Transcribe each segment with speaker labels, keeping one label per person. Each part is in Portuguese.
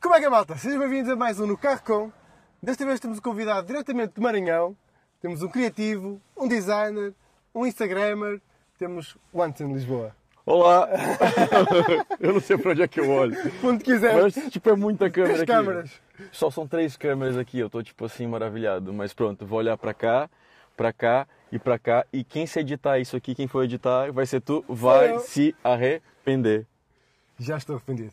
Speaker 1: Como é que é, malta? Sejam bem-vindos a mais um No Carro Com. Desta vez temos um convidado diretamente do Maranhão. Temos um criativo, um designer, um instagrammer. Temos o Antes em Lisboa.
Speaker 2: Olá! eu não sei para onde é que eu olho.
Speaker 1: Quando quiseres.
Speaker 2: Mas, tipo, é muita câmera
Speaker 1: As
Speaker 2: aqui.
Speaker 1: câmaras.
Speaker 2: Só são três câmeras aqui, eu tô, tipo, assim, maravilhado. Mas pronto, vou olhar pra cá, pra cá e pra cá. E quem se editar isso aqui, quem for editar, vai ser tu, vai
Speaker 1: eu.
Speaker 2: se arrepender.
Speaker 1: Já estou ofendido.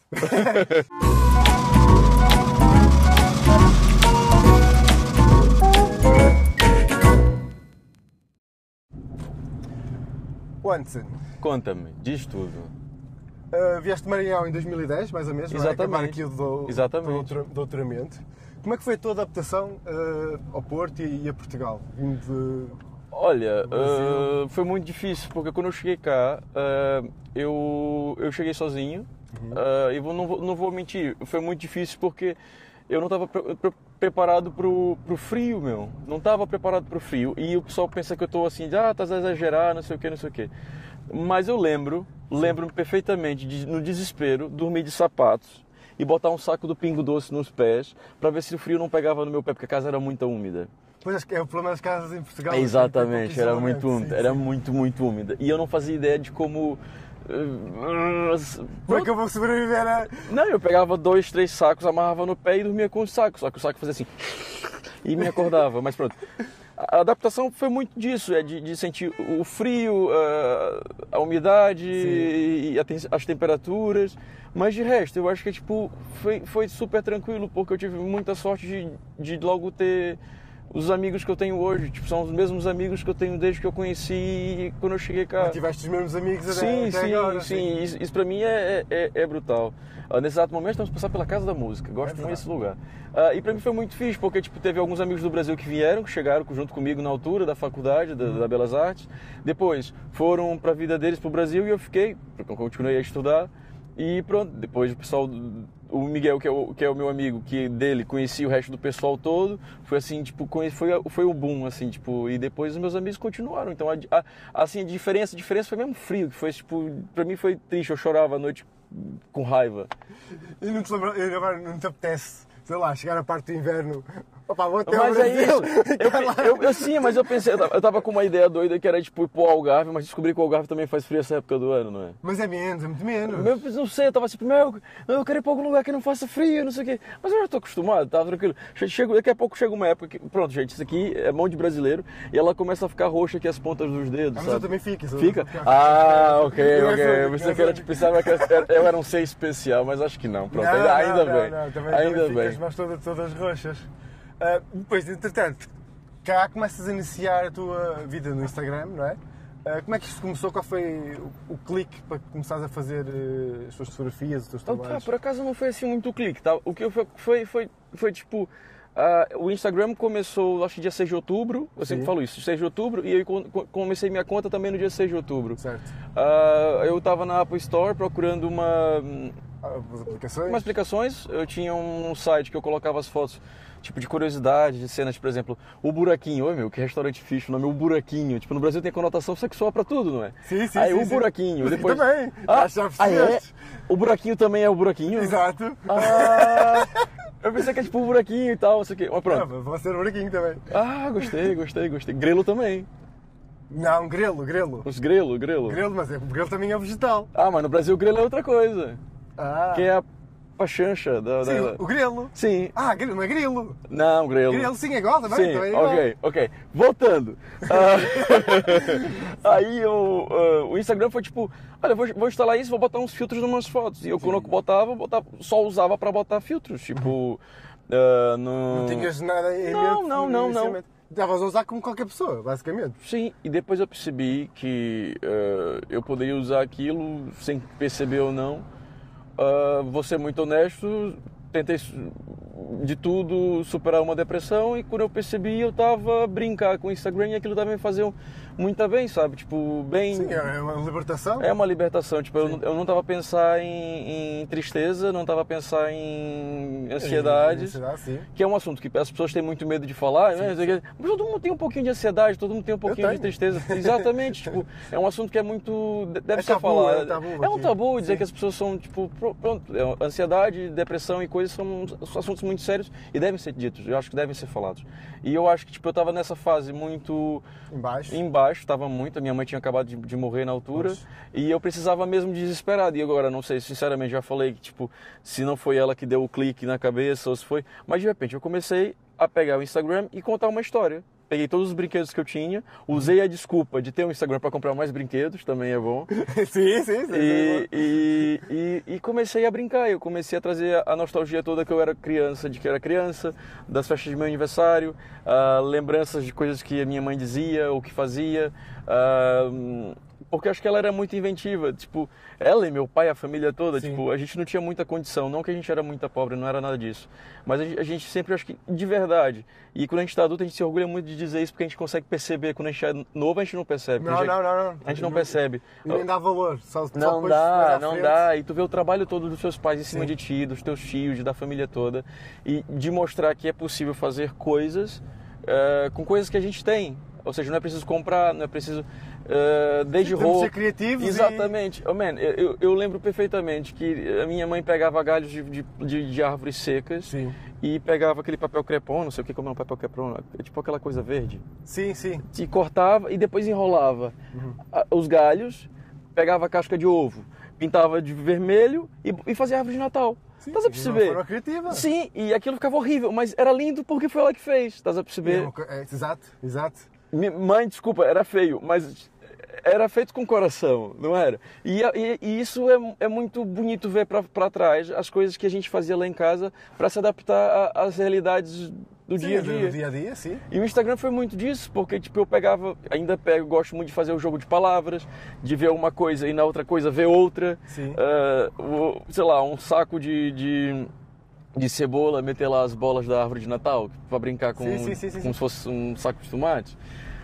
Speaker 1: Wanson,
Speaker 2: Conta-me, diz tudo.
Speaker 1: uh, vieste de Maranhão em 2010, mais ou menos, não é?
Speaker 2: Exatamente.
Speaker 1: acabar aqui do,
Speaker 2: Exatamente.
Speaker 1: do doutor- doutoramento. Como é que foi a tua adaptação uh, ao Porto e, e a Portugal? Vindo de...
Speaker 2: Olha,
Speaker 1: Brasil.
Speaker 2: ah, foi muito difícil, porque quando eu cheguei cá, ah, eu, eu cheguei sozinho. ah, e vou- não, vou, não vou mentir, foi muito difícil porque eu não estava preparado pro, pro frio, meu. Não estava preparado pro frio. E o pessoal pensa que eu tô assim, ah, tá a exagerar, não sei o que, não sei o que. Mas eu lembro, lembro-me perfeitamente, de, no desespero, dormir de sapatos e botar um saco do pingo doce nos pés para ver se o frio não pegava no meu pé, porque a casa era muito úmida.
Speaker 1: Pois acho que é, pelo menos as casas em Portugal. assim,
Speaker 2: Exatamente,
Speaker 1: tem né,
Speaker 2: era
Speaker 1: pouco
Speaker 2: muito
Speaker 1: isolamento,
Speaker 2: úmida,
Speaker 1: sim,
Speaker 2: era
Speaker 1: sim.
Speaker 2: muito, muito úmida. E eu não fazia ideia de como. eh,
Speaker 1: Como é que eu vou sobreviver a...
Speaker 2: Não, eu pegava dois, três sacos, amarrava no pé e dormia com o saco, só que o saco fazia assim e me acordava, mas pronto. A adaptação foi muito disso, é de, de sentir o frio, ah, a, a umidade
Speaker 1: Sim.
Speaker 2: e a ten- as temperaturas, mas de resto, eu acho que tipo, foi, foi super tranquilo, porque eu tive muita sorte de, de logo ter os amigos que eu tenho hoje, tipo, são os mesmos amigos que eu tenho desde que eu conheci quando eu cheguei cá.
Speaker 1: Tiveste os mesmos amigos até,
Speaker 2: Ah. Sim,
Speaker 1: né? até
Speaker 2: sim,
Speaker 1: agora.
Speaker 2: sim. Isso, isso pra mim é, é, é brutal. Ah, nesse exato momento, estamos passando pela Casa da Música. Gosto muito desse lugar. Ah, e pra mim foi muito fixe, porque tipo, teve alguns amigos do Brasil que vieram, que chegaram junto comigo na altura da faculdade, da,
Speaker 1: Uhum.
Speaker 2: da Belas Artes. Depois foram pra vida deles pro Brasil e eu fiquei, porque eu continuei a estudar. E pronto, depois o pessoal, do- o Miguel, que é o, que é o meu amigo, que dele conheci o resto do pessoal todo, foi assim, tipo, conhe- foi, foi o boom, assim, tipo, e depois os meus amigos continuaram. Então, a, a- assim, a diferença, a diferença foi mesmo frio, que foi, tipo, pra mim foi triste, eu chorava à noite com raiva.
Speaker 1: E não te lembra, e agora não te apetece, sei lá, chegar à parte do inverno. Opa, vou até ao
Speaker 2: Mas é
Speaker 1: Brasil.
Speaker 2: isso. Eu, eu, eu- sim, mas eu pensei, eu tava, eu tava com uma ideia doida que era, tipo, ir pro Algarve, mas descobri que o Algarve também faz frio essa época do ano, não é?
Speaker 1: Mas é menos, é muito menos.
Speaker 2: Eu não sei, eu tava assim, meu, eu quero ir pra algum lugar que não faça frio, não sei o quê. Mas eu já tô acostumado, tá tranquilo. Che- Chego, daqui a pouco chega uma época que, pronto, gente, isso aqui é mão de brasileiro e ela começa a ficar roxa aqui as pontas dos dedos,
Speaker 1: Ah, mas eu
Speaker 2: sabe?
Speaker 1: também fico. sou-
Speaker 2: Fica?
Speaker 1: sou-
Speaker 2: Ah, ok,
Speaker 1: Eu
Speaker 2: ok.
Speaker 1: sou-
Speaker 2: Eu pensei
Speaker 1: eu
Speaker 2: que era
Speaker 1: sou-
Speaker 2: tipo, pensava que era- eu era um ser especial, mas acho que não. Pronto,
Speaker 1: Não,
Speaker 2: ainda,
Speaker 1: não,
Speaker 2: ainda
Speaker 1: não,
Speaker 2: bem.
Speaker 1: não, também assim,
Speaker 2: ainda
Speaker 1: também ficas
Speaker 2: bem.
Speaker 1: mais toda- todas roxas. Ah, depois, entretanto, cá começas a iniciar a tua vida no Instagram, não é? Ah, como é que isto começou? Qual foi o, o clique para começares a fazer eh, as tuas fotografias, os teus
Speaker 2: Então,
Speaker 1: trabalhos?
Speaker 2: tá, por acaso não foi assim muito clique, tá? O que eu foi, foi, foi, foi, tipo. ah, o Instagram começou, acho que dia 6 de outubro, eu sempre
Speaker 1: Sim.
Speaker 2: falo isso, 6 de outubro, e eu co- co- comecei minha conta também no dia 6 de outubro.
Speaker 1: Certo.
Speaker 2: Ah, eu estava na Apple Store procurando uma, hum,
Speaker 1: Ah, As aplicações?
Speaker 2: umas explicações. Eu tinha um site que eu colocava as fotos, tipo, de curiosidade, de cenas, por exemplo, o buraquinho. Oi, meu, que restaurante fixe, o nome é o buraquinho. Tipo, no Brasil tem conotação sexual pra tudo, não é?
Speaker 1: Sim, sim,
Speaker 2: Aí
Speaker 1: sim,
Speaker 2: o
Speaker 1: sim.
Speaker 2: buraquinho, depois...
Speaker 1: Também,
Speaker 2: Ah,
Speaker 1: já
Speaker 2: ah, é?
Speaker 1: percebeste.
Speaker 2: O buraquinho também é o buraquinho?
Speaker 1: Exato.
Speaker 2: Ah, eu pensei que é tipo um buraquinho e tal, não sei o quê. Mas
Speaker 1: Ah,
Speaker 2: pronto.
Speaker 1: vou ser buraquinho também.
Speaker 2: Ah, gostei, gostei, gostei. Grelo também.
Speaker 1: Não, grelo, grelo.
Speaker 2: Os grelo, grelo.
Speaker 1: Grelo, mas é, o grelo também é vegetal.
Speaker 2: Ah, mas no Brasil grelo é outra coisa.
Speaker 1: Ah,
Speaker 2: Que é a pachancha da...
Speaker 1: sim,
Speaker 2: da-
Speaker 1: o grelo.
Speaker 2: Sim.
Speaker 1: Ah, grelo, não é grilo.
Speaker 2: Não, grelo.
Speaker 1: Grelo sim é igual também.
Speaker 2: Sim,
Speaker 1: também é igual.
Speaker 2: ok, ok. Voltando. Ah, aí eu, ah, o Instagram foi tipo, olha, vou, vou instalar isso, vou botar uns filtros nas minhas fotos. E eu quando eu botava, botava, só usava pra botar filtros, tipo... ah, no...
Speaker 1: Não tinhas nada em
Speaker 2: Não,
Speaker 1: mente
Speaker 2: não, não, não.
Speaker 1: inicialmente. Estavas a usar como qualquer pessoa, basicamente.
Speaker 2: Sim, e depois eu percebi que eh, eu poderia usar aquilo sem perceber ou não. Ah, vou ser muito honesto, tentei su- de tudo, superar uma depressão e quando eu percebi eu tava a brincar com o Instagram e aquilo tava me fazendo muito bem, sabe? Tipo, bem...
Speaker 1: Sim, é uma libertação.
Speaker 2: É uma libertação, tipo, eu, não- eu não tava a pensar em, em tristeza, não tava a pensar
Speaker 1: É,
Speaker 2: em ansiedade,
Speaker 1: Ansiedade, sim.
Speaker 2: que é um assunto que as pessoas têm muito medo de falar, né? Mas todo mundo tem um pouquinho de ansiedade, todo mundo tem um pouquinho de
Speaker 1: tenho.
Speaker 2: tristeza. Exatamente, tipo, é um assunto que é muito... de- Deve
Speaker 1: É
Speaker 2: ser
Speaker 1: tabu,
Speaker 2: falado.
Speaker 1: é tabu
Speaker 2: um
Speaker 1: aqui.
Speaker 2: tabu dizer
Speaker 1: Sim.
Speaker 2: que as pessoas são, tipo, pro- pronto, é, ansiedade, depressão e coisas são assuntos muito sérios e devem ser ditos, eu acho que devem ser falados. E eu acho que, tipo, eu tava nessa fase muito
Speaker 1: Embaixo.
Speaker 2: embaixo, estava muito, a minha mãe tinha acabado de, de morrer na altura
Speaker 1: Nossa.
Speaker 2: e eu precisava mesmo de desesperado. E agora, não sei, sinceramente, já falei que, tipo, se não foi ela que deu o clique na cabeça ou se foi, mas de repente eu comecei a pegar o Instagram e contar uma história. Peguei todos os brinquedos que eu tinha, usei a desculpa de ter um Instagram para comprar mais brinquedos, também é bom.
Speaker 1: sim, sim, sim.
Speaker 2: E, e, e- e comecei a brincar, eu comecei a trazer a nostalgia toda que eu era criança, de que eu era criança, das festas de meu aniversário, ah, lembranças de coisas que a minha mãe dizia ou que fazia, ah, porque acho que ela era muito inventiva, tipo, ela e meu pai, a família toda,
Speaker 1: Sim.
Speaker 2: tipo, a gente não tinha muita condição, não que a gente era muito pobre, não era nada disso, mas a gente, a gente sempre, acho que, de verdade, e quando a gente tá adulto, a gente se orgulha muito de dizer isso, porque a gente consegue perceber, quando a gente é novo, a gente não percebe,
Speaker 1: Não,
Speaker 2: a gente, é-
Speaker 1: não, não, não.
Speaker 2: A gente não percebe.
Speaker 1: E nem dá valor. Só, só
Speaker 2: Não
Speaker 1: depois chegar
Speaker 2: dá,
Speaker 1: à
Speaker 2: não
Speaker 1: frente.
Speaker 2: dá. E tu vê o trabalho todo dos seus pais em cima
Speaker 1: Sim.
Speaker 2: de ti, dos teus tios, da família toda, e de mostrar que é possível fazer coisas eh, com coisas que a gente tem. Ou seja, não é preciso comprar, não é preciso eh, desde
Speaker 1: Temos de
Speaker 2: roupa.
Speaker 1: ser criativos e-
Speaker 2: Exatamente. Oh, man, eu, eu- eu lembro perfeitamente que a minha mãe pegava galhos de, de- de- de árvores secas
Speaker 1: Sim.
Speaker 2: e pegava aquele papel crepom, não sei o que como é um papel crepom, é tipo aquela coisa verde
Speaker 1: Sim, sim.
Speaker 2: e cortava e depois enrolava
Speaker 1: Uhum.
Speaker 2: a- os galhos, pegava a casca de ovo, pintava de vermelho e, e fazia árvore de Natal.
Speaker 1: sim.
Speaker 2: Estás a
Speaker 1: De uma
Speaker 2: perceber?
Speaker 1: forma criativa.
Speaker 2: Sim, e aquilo ficava horrível, mas era lindo porque foi ela que fez. Estás a
Speaker 1: É
Speaker 2: perceber?
Speaker 1: uma co- é, exato, exato.
Speaker 2: Mi- Mãe, desculpa, era feio, mas era feito com coração, não era? E, a- e- e isso é, é muito bonito ver para trás as coisas que a gente fazia lá em casa para se adaptar a- às realidades do
Speaker 1: Sim,
Speaker 2: dia a
Speaker 1: do-
Speaker 2: dia.
Speaker 1: do dia a dia, sim.
Speaker 2: E o Instagram foi muito disso, porque tipo, eu pegava, ainda pego, gosto muito de fazer o jogo de palavras, de ver alguma coisa e na outra coisa ver outra.
Speaker 1: Sim.
Speaker 2: Ah, o- sei lá, um saco de, de, de cebola, meter lá as bolas da árvore de Natal, pra brincar com,
Speaker 1: Sim, sim, sim, sim, sim.
Speaker 2: como se fosse um saco de tomate.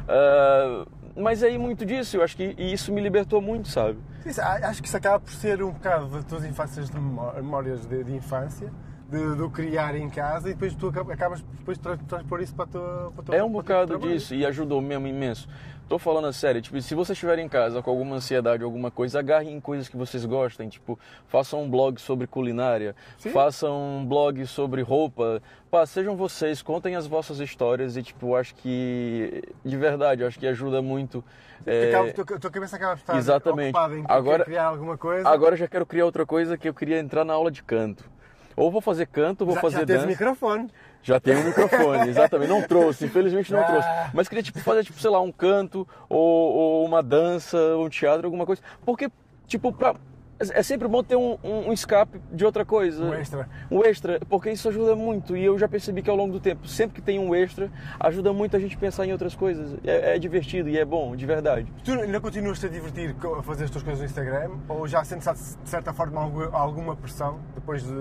Speaker 2: Ah, mas aí muito disso, eu acho que e isso me libertou muito, sabe?
Speaker 1: Isso, a- acho que isso acaba por ser um bocado das tuas infâncias de memó- memórias de, de infância, de, do criar em casa e depois tu acab- acabas depois de tra- transpor isso para a tua para o teu-
Speaker 2: É um
Speaker 1: para o teu
Speaker 2: bocado
Speaker 1: trabalho.
Speaker 2: disso e ajudou mesmo imenso. Tô falando a sério, tipo, se você estiver em casa com alguma ansiedade, alguma coisa, agarrem em coisas que vocês gostem, tipo, façam um blog sobre culinária,
Speaker 1: Sim.
Speaker 2: façam um blog sobre roupa, pá, sejam vocês, contem as vossas histórias e tipo, acho que de verdade, acho que ajuda muito. é,
Speaker 1: Acaba- tua, tua cabeça acaba por estar
Speaker 2: Exatamente.
Speaker 1: ocupada em
Speaker 2: Agora-
Speaker 1: Agora... criar alguma coisa.
Speaker 2: Agora eu já quero criar outra coisa que eu queria entrar na aula de canto. Ou vou fazer canto, ou vou
Speaker 1: já,
Speaker 2: fazer
Speaker 1: já tens
Speaker 2: dança.
Speaker 1: o microfone.
Speaker 2: Já tem um microfone, exatamente. Não trouxe, infelizmente não
Speaker 1: Ah.
Speaker 2: trouxe. Mas queria tipo, fazer, tipo, sei lá, um canto, ou, ou uma dança, ou um teatro, alguma coisa. Porque, tipo, pra... é sempre bom ter um, um- um escape de outra coisa.
Speaker 1: Um extra.
Speaker 2: Um extra, porque isso ajuda muito. E eu já percebi que ao longo do tempo, sempre que tem um extra, ajuda muito a gente pensar em outras coisas. É, é divertido e é bom, de verdade.
Speaker 1: Tu ainda continuas-te a divertir co- a fazer as tuas coisas no Instagram ou já sentes de certa forma algu- alguma pressão depois de.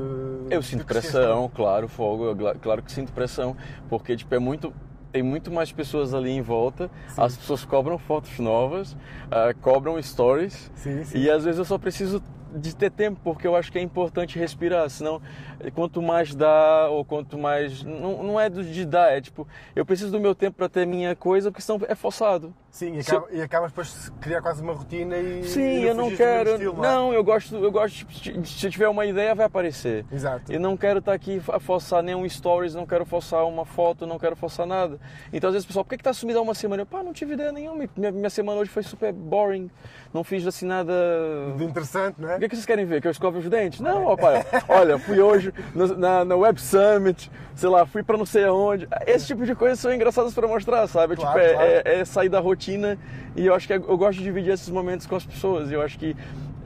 Speaker 2: Eu
Speaker 1: de
Speaker 2: sinto
Speaker 1: cresceres?
Speaker 2: pressão, claro, fogo, eu gla- claro que sinto pressão, porque tipo é muito tem muito mais pessoas ali em volta, as pessoas cobram fotos novas, ah, cobram stories,
Speaker 1: Sim, sim.
Speaker 2: e às vezes eu só preciso de ter tempo, porque eu acho que é importante respirar, senão eh, quanto mais dá, ou quanto mais. Não, não é do de dar, é tipo, eu preciso do meu tempo para ter minha coisa, porque senão é forçado.
Speaker 1: Sim, e,
Speaker 2: Se eu-
Speaker 1: acaba- e acabas depois de criar quase uma rotina e.
Speaker 2: Sim,
Speaker 1: e
Speaker 2: eu
Speaker 1: fugires
Speaker 2: não
Speaker 1: do mesmo
Speaker 2: quero.
Speaker 1: estilo, é?
Speaker 2: não, eu gosto, eu gosto, tipo, se- se eu tiver uma ideia, vai aparecer.
Speaker 1: Exato.
Speaker 2: Eu não quero estar aqui a forçar nenhum stories, não quero forçar uma foto, não quero forçar nada. Então, às vezes, pessoal, por que, que tá sumido há uma semana? Eu, pá, não tive ideia nenhuma. Minha, minha semana hoje foi super boring. Não fiz assim nada.
Speaker 1: De interessante, não é?
Speaker 2: O que, que vocês querem ver? Que eu escove os dentes? Não, rapaz. Olha, fui hoje no- na, na Web Summit, sei lá, fui pra não sei aonde. Esse tipo de coisas são engraçadas pra mostrar, sabe?
Speaker 1: Claro,
Speaker 2: tipo, é,
Speaker 1: claro.
Speaker 2: é- é sair da rotina e eu acho que é- eu gosto de dividir esses momentos com as pessoas. E eu acho que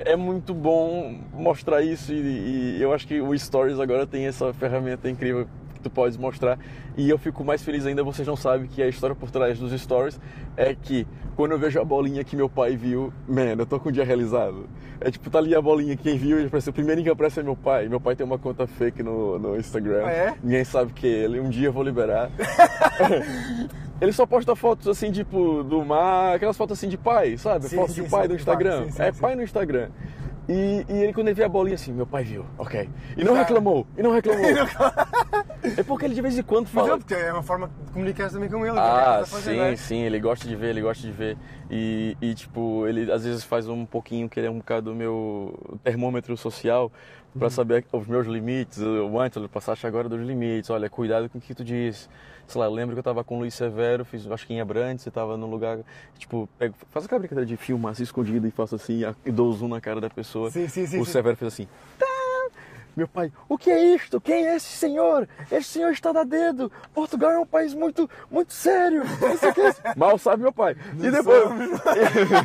Speaker 2: é muito bom mostrar isso e, e eu acho que o Stories agora tem essa ferramenta incrível que tu podes mostrar. E eu fico mais feliz ainda, vocês não sabem que a história por trás dos stories é que quando eu vejo a bolinha que meu pai viu, man, eu tô com o dia realizado. É tipo, tá ali a bolinha, quem viu, apareceu, o primeiro que aparece é meu pai. Meu pai tem uma conta fake no, no Instagram.
Speaker 1: Ah, é?
Speaker 2: Ninguém sabe que é ele. Um dia eu vou liberar. ele só posta fotos assim, tipo, do mar, aquelas fotos assim de pai, sabe?
Speaker 1: Sim,
Speaker 2: fotos
Speaker 1: sim,
Speaker 2: de pai
Speaker 1: sim,
Speaker 2: do
Speaker 1: de pai,
Speaker 2: Instagram.
Speaker 1: sim, sim,
Speaker 2: é
Speaker 1: sim.
Speaker 2: pai no Instagram. E, e ele, quando ele vê a bolinha assim, meu pai viu, ok. E não
Speaker 1: Ah.
Speaker 2: reclamou, e não reclamou. é porque ele de vez em quando
Speaker 1: Mas
Speaker 2: fala.
Speaker 1: não, porque é uma forma de comunicar também com ele. que é o que ele
Speaker 2: Ah,
Speaker 1: tá fazendo,
Speaker 2: sim,
Speaker 1: não é?
Speaker 2: sim, ele gosta de ver, ele gosta de ver. E, e, tipo, ele às vezes faz um pouquinho que ele é um bocado do meu termômetro social pra
Speaker 1: Uhum.
Speaker 2: saber os meus limites. Eu antes, eu passaste agora dos limites. Olha, cuidado com o que tu diz. Sei lá, eu lembro que eu tava com o Luiz Severo, fiz, acho que em Abrantes, você tava num lugar, tipo, pego, faz aquela brincadeira de filmar assim, escondido e faço assim, e dou zoom na cara da pessoa.
Speaker 1: Sim, sim, sim,
Speaker 2: O
Speaker 1: sim.
Speaker 2: Severo fez assim. Meu pai, o que é isto? Quem é esse senhor? Esse senhor está da dedo. Portugal é um país muito, muito sério. Não sei o que é isso. Mal sabe meu pai. e depois.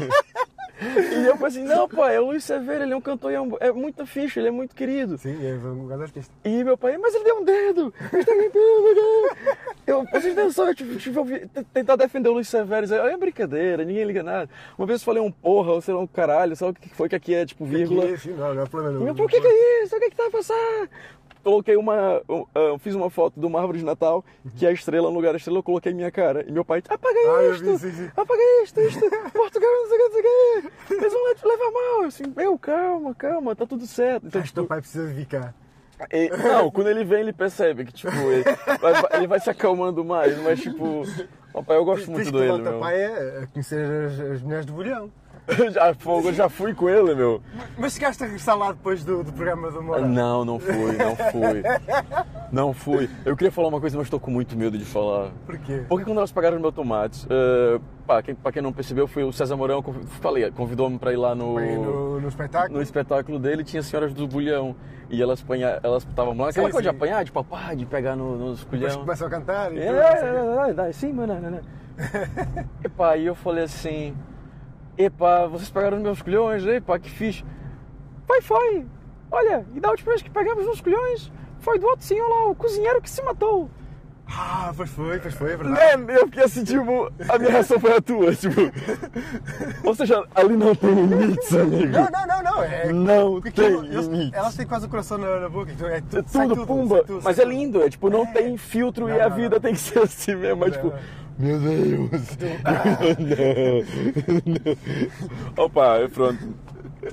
Speaker 2: e eu falei assim: não, pai, é o Luiz Severo, ele é um cantor, e é, um- é muito ficha, ele é muito querido.
Speaker 1: Sim, é um lugar de artista.
Speaker 2: E meu pai, mas ele deu um dedo! Ele tá me pegando, cara." Eu, vocês não sabem, eu tive, tive, ouvi- t- tentar defender o Luiz Severo, dizer, olha, é brincadeira, ninguém liga nada. Uma vez eu falei um porra, ou sei lá, um caralho, sabe o que foi que aqui é, tipo, vírgula.
Speaker 1: Aqui, sim, não, não é problema
Speaker 2: Meu,
Speaker 1: nenhum.
Speaker 2: por que, que é isso? O que, que tá a passar? Coloquei uma. um, ah, fiz uma foto de uma árvore de Natal, que é a estrela, no lugar da estrela, eu coloquei minha cara. E meu pai, apaga
Speaker 1: Uhum. Ah, eu
Speaker 2: isto!
Speaker 1: vi, sim, sim.
Speaker 2: Apaga isto, isto! Portugal, não sei o que, não sei o que! Eles vão le- levar mal! Eu Assim, meu, calma, calma, tá tudo certo. Então,
Speaker 1: Acho que teu pai precisa de vir cá.
Speaker 2: é e- não, quando ele vem, ele percebe que, tipo, ele vai, vai- ele vai se acalmando mais, mas, tipo. Papai, eu gosto muito
Speaker 1: Tens que
Speaker 2: dele,
Speaker 1: levar o teu
Speaker 2: meu.
Speaker 1: pai é a conhecer as, as mulheres do bolhão.
Speaker 2: já, fogo, eu já fui com ele, meu.
Speaker 1: Mas chegaste a regressar lá depois do, do programa do Mora.
Speaker 2: Não, não fui, não fui. Não fui. Eu queria falar uma coisa, mas estou com muito medo de falar.
Speaker 1: Porquê?
Speaker 2: Porque quando elas pagaram meu tomate, eh, pá, quem, pra quem não percebeu, foi o César Mourão, conv- falei, convidou-me para ir lá no,
Speaker 1: Foi no, no espetáculo.
Speaker 2: no espetáculo dele, tinha as senhoras do bulhão. E elas apanha, elas estavam lá, aquela
Speaker 1: Sim,
Speaker 2: coisa de
Speaker 1: sim.
Speaker 2: apanhar, de papar, de pegar no- nos
Speaker 1: Depois
Speaker 2: culhão.
Speaker 1: começam a cantar e
Speaker 2: É,
Speaker 1: tudo, não sei o quê.
Speaker 2: é, é, é, é, sim, mano, né? Epa, aí eu falei assim, epa, vocês pegaram meus colhões, epa, que fixe. Foi, foi. Olha, e da última vez que pegamos uns colhões, foi do outro senhor lá, o cozinheiro que se matou.
Speaker 1: Ah, pois foi, pois foi, é verdade.
Speaker 2: Né? Eu fiquei assim, tipo, a minha reação foi a tua, tipo. Ou seja, ali não tem limites,
Speaker 1: Não,
Speaker 2: amigo.
Speaker 1: não, não, não. É...
Speaker 2: Não
Speaker 1: porque
Speaker 2: tem
Speaker 1: aquilo- eles-
Speaker 2: limites.
Speaker 1: Elas têm quase o coração na, na boca, então é tudo,
Speaker 2: É
Speaker 1: sai
Speaker 2: tudo,
Speaker 1: tudo
Speaker 2: pumba.
Speaker 1: sai tudo,
Speaker 2: mas
Speaker 1: sai
Speaker 2: é lindo, é tipo, não tem filtro
Speaker 1: Não,
Speaker 2: e a
Speaker 1: não,
Speaker 2: vida
Speaker 1: não.
Speaker 2: tem que ser assim mesmo. Mas,
Speaker 1: Não,
Speaker 2: tipo,
Speaker 1: não.
Speaker 2: meu Deus. não, não. Opa, pronto.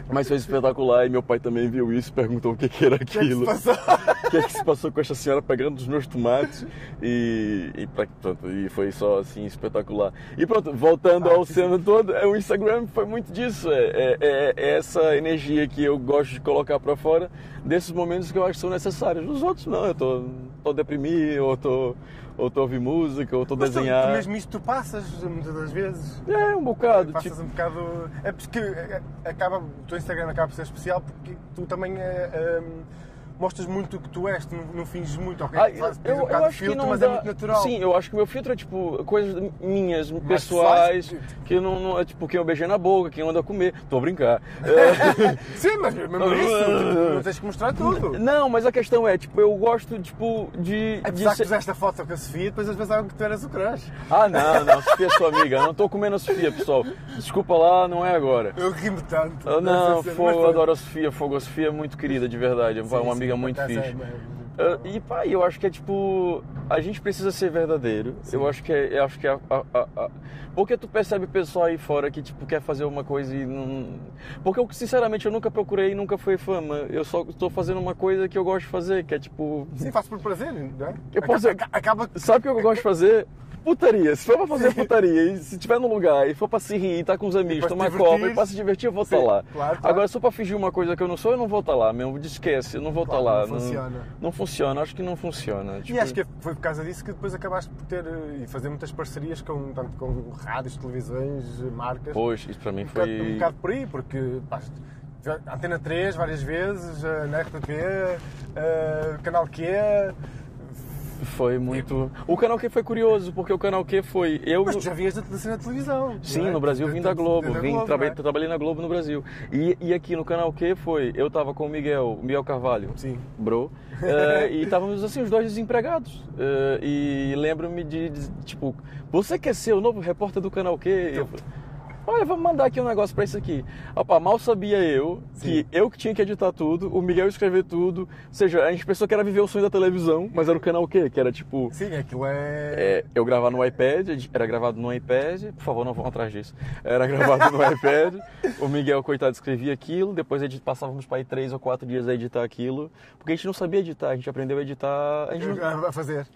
Speaker 2: Mas foi espetacular e meu pai também viu isso, perguntou o que, que era aquilo.
Speaker 1: passou?
Speaker 2: O que é que se passou com essa senhora pegando os meus tomates? E, e pra- pronto, e foi só assim espetacular. E pronto, voltando
Speaker 1: Ah,
Speaker 2: ao cena todo, é, o Instagram foi muito disso. É, é- é- é essa energia que eu gosto de colocar pra fora, desses momentos que eu acho que são necessários. Nos outros, não, eu tô, tô deprimido, ou tô, ou tô ouvindo música, ou tô
Speaker 1: Mas tu-
Speaker 2: desenhando.
Speaker 1: tu mesmo isto tu passas muitas das vezes.
Speaker 2: É, um bocado.
Speaker 1: Passas
Speaker 2: tipo-
Speaker 1: um bocado. É porque é, é, acaba, o teu Instagram acaba por ser especial porque tu também é, hum, mostras muito o que tu és, tu não, não finges muito, ok?
Speaker 2: Ah,
Speaker 1: Tu
Speaker 2: eu,
Speaker 1: fazes- tens
Speaker 2: eu-
Speaker 1: um
Speaker 2: eu
Speaker 1: bocado de
Speaker 2: acho que
Speaker 1: filtro,
Speaker 2: não
Speaker 1: mas
Speaker 2: dá...
Speaker 1: é muito natural.
Speaker 2: Sim, eu acho que meu filtro é tipo coisas minhas,
Speaker 1: pessoais,
Speaker 2: pessoais, que não, não- é tipo quem eu beijei na boca, quem anda a comer. Tô a brincar. É,
Speaker 1: Sim, mas mesmo isso, tu- não tens que mostrar tudo.
Speaker 2: não, mas a questão é, tipo, eu gosto, tipo, de. de
Speaker 1: Apesar que
Speaker 2: ser-
Speaker 1: puseste a foto com a Sofia, depois eles pensavam que tu eras o crush.
Speaker 2: Ah, não, não, Sofia é sua amiga. Eu não tô comendo a Sofia, pessoal. Desculpa lá, não é agora.
Speaker 1: Eu ri-me tanto.
Speaker 2: Ah, Não,
Speaker 1: sei se-
Speaker 2: fogo,
Speaker 1: mas
Speaker 2: eu
Speaker 1: foi-
Speaker 2: adoro a Sofia, fogo. A Sofia é muito querida, de verdade. É
Speaker 1: Sim,
Speaker 2: uma
Speaker 1: sim,
Speaker 2: amiga
Speaker 1: por
Speaker 2: muito
Speaker 1: acaso é,
Speaker 2: fixe.
Speaker 1: mas-
Speaker 2: Ah, E pá, eu acho que é tipo. A gente precisa ser verdadeiro. Eu acho que é. Eu acho que é a, a- a- a- Porque tu percebe pessoal aí fora que, tipo, quer fazer uma coisa e não. Porque eu, sinceramente, eu nunca procurei e nunca foi fama. Eu só tô fazendo uma coisa que eu gosto de fazer, que é tipo.
Speaker 1: Sim, faço por prazer, não é?
Speaker 2: Eu posso-
Speaker 1: Aca- aca- Acaba que
Speaker 2: Sabe o que eu gosto de fazer? Putaria. Se for pra fazer putaria, e se tiver num lugar e for pra se rir, tá com os amigos,
Speaker 1: pra se
Speaker 2: tomar
Speaker 1: divertir.
Speaker 2: copa e pra se divertir, eu vou estar
Speaker 1: Sim,
Speaker 2: lá.
Speaker 1: claro, claro.
Speaker 2: Agora, se for pra fingir uma coisa que eu não sou, eu não vou estar lá mesmo. Esquece, eu não vou
Speaker 1: Claro,
Speaker 2: estar lá.
Speaker 1: não funciona.
Speaker 2: Não funciona, acho que não funciona.
Speaker 1: E
Speaker 2: Tipo,
Speaker 1: acho que foi por causa disso que depois acabaste por ter eh, e fazer muitas parcerias com, tanto com rádios, televisões, eh, marcas.
Speaker 2: Pois, isso pra mim
Speaker 1: um,
Speaker 2: foi.
Speaker 1: bocado, um bocado por aí, porque pá, já- Antena 3 várias vezes, eh, na RTP, eh, Canal Q,
Speaker 2: Foi muito. O canal Q foi curioso, porque o canal Q foi eu.
Speaker 1: Mas tu já vias assim na televisão.
Speaker 2: Sim,
Speaker 1: não é?
Speaker 2: no Brasil
Speaker 1: Tu-
Speaker 2: vim
Speaker 1: tu-
Speaker 2: da
Speaker 1: tu-
Speaker 2: Globo,
Speaker 1: tu- da
Speaker 2: vim,
Speaker 1: Globo,
Speaker 2: trabalhei,
Speaker 1: não é?
Speaker 2: trabalhei na Globo no Brasil. E, e aqui no canal Q foi, eu tava com o Miguel, o Miguel Carvalho,
Speaker 1: Sim.
Speaker 2: bro, eh, e estávamos assim, os dois desempregados. Eh, e lembro-me de, de, tipo, você quer ser o novo repórter do canal Q?
Speaker 1: Então.
Speaker 2: Eu falei, Olha, vamos mandar aqui um negócio pra isso aqui. Opa, mal sabia eu
Speaker 1: Sim.
Speaker 2: que eu que tinha que editar tudo, o Miguel escrever tudo. Ou seja, a gente pensou que era viver o sonho da televisão, mas era o canal Q, que era tipo.
Speaker 1: Sim, aquilo é.
Speaker 2: É, eu gravar no iPad, era gravado no iPad, por favor, não vão atrás disso. Era gravado no iPad, o Miguel, coitado, escrevia aquilo, depois edi- passávamos para aí três ou quatro dias a editar aquilo, porque a gente não sabia editar, a gente aprendeu a editar. A gente não-
Speaker 1: a- A fazer.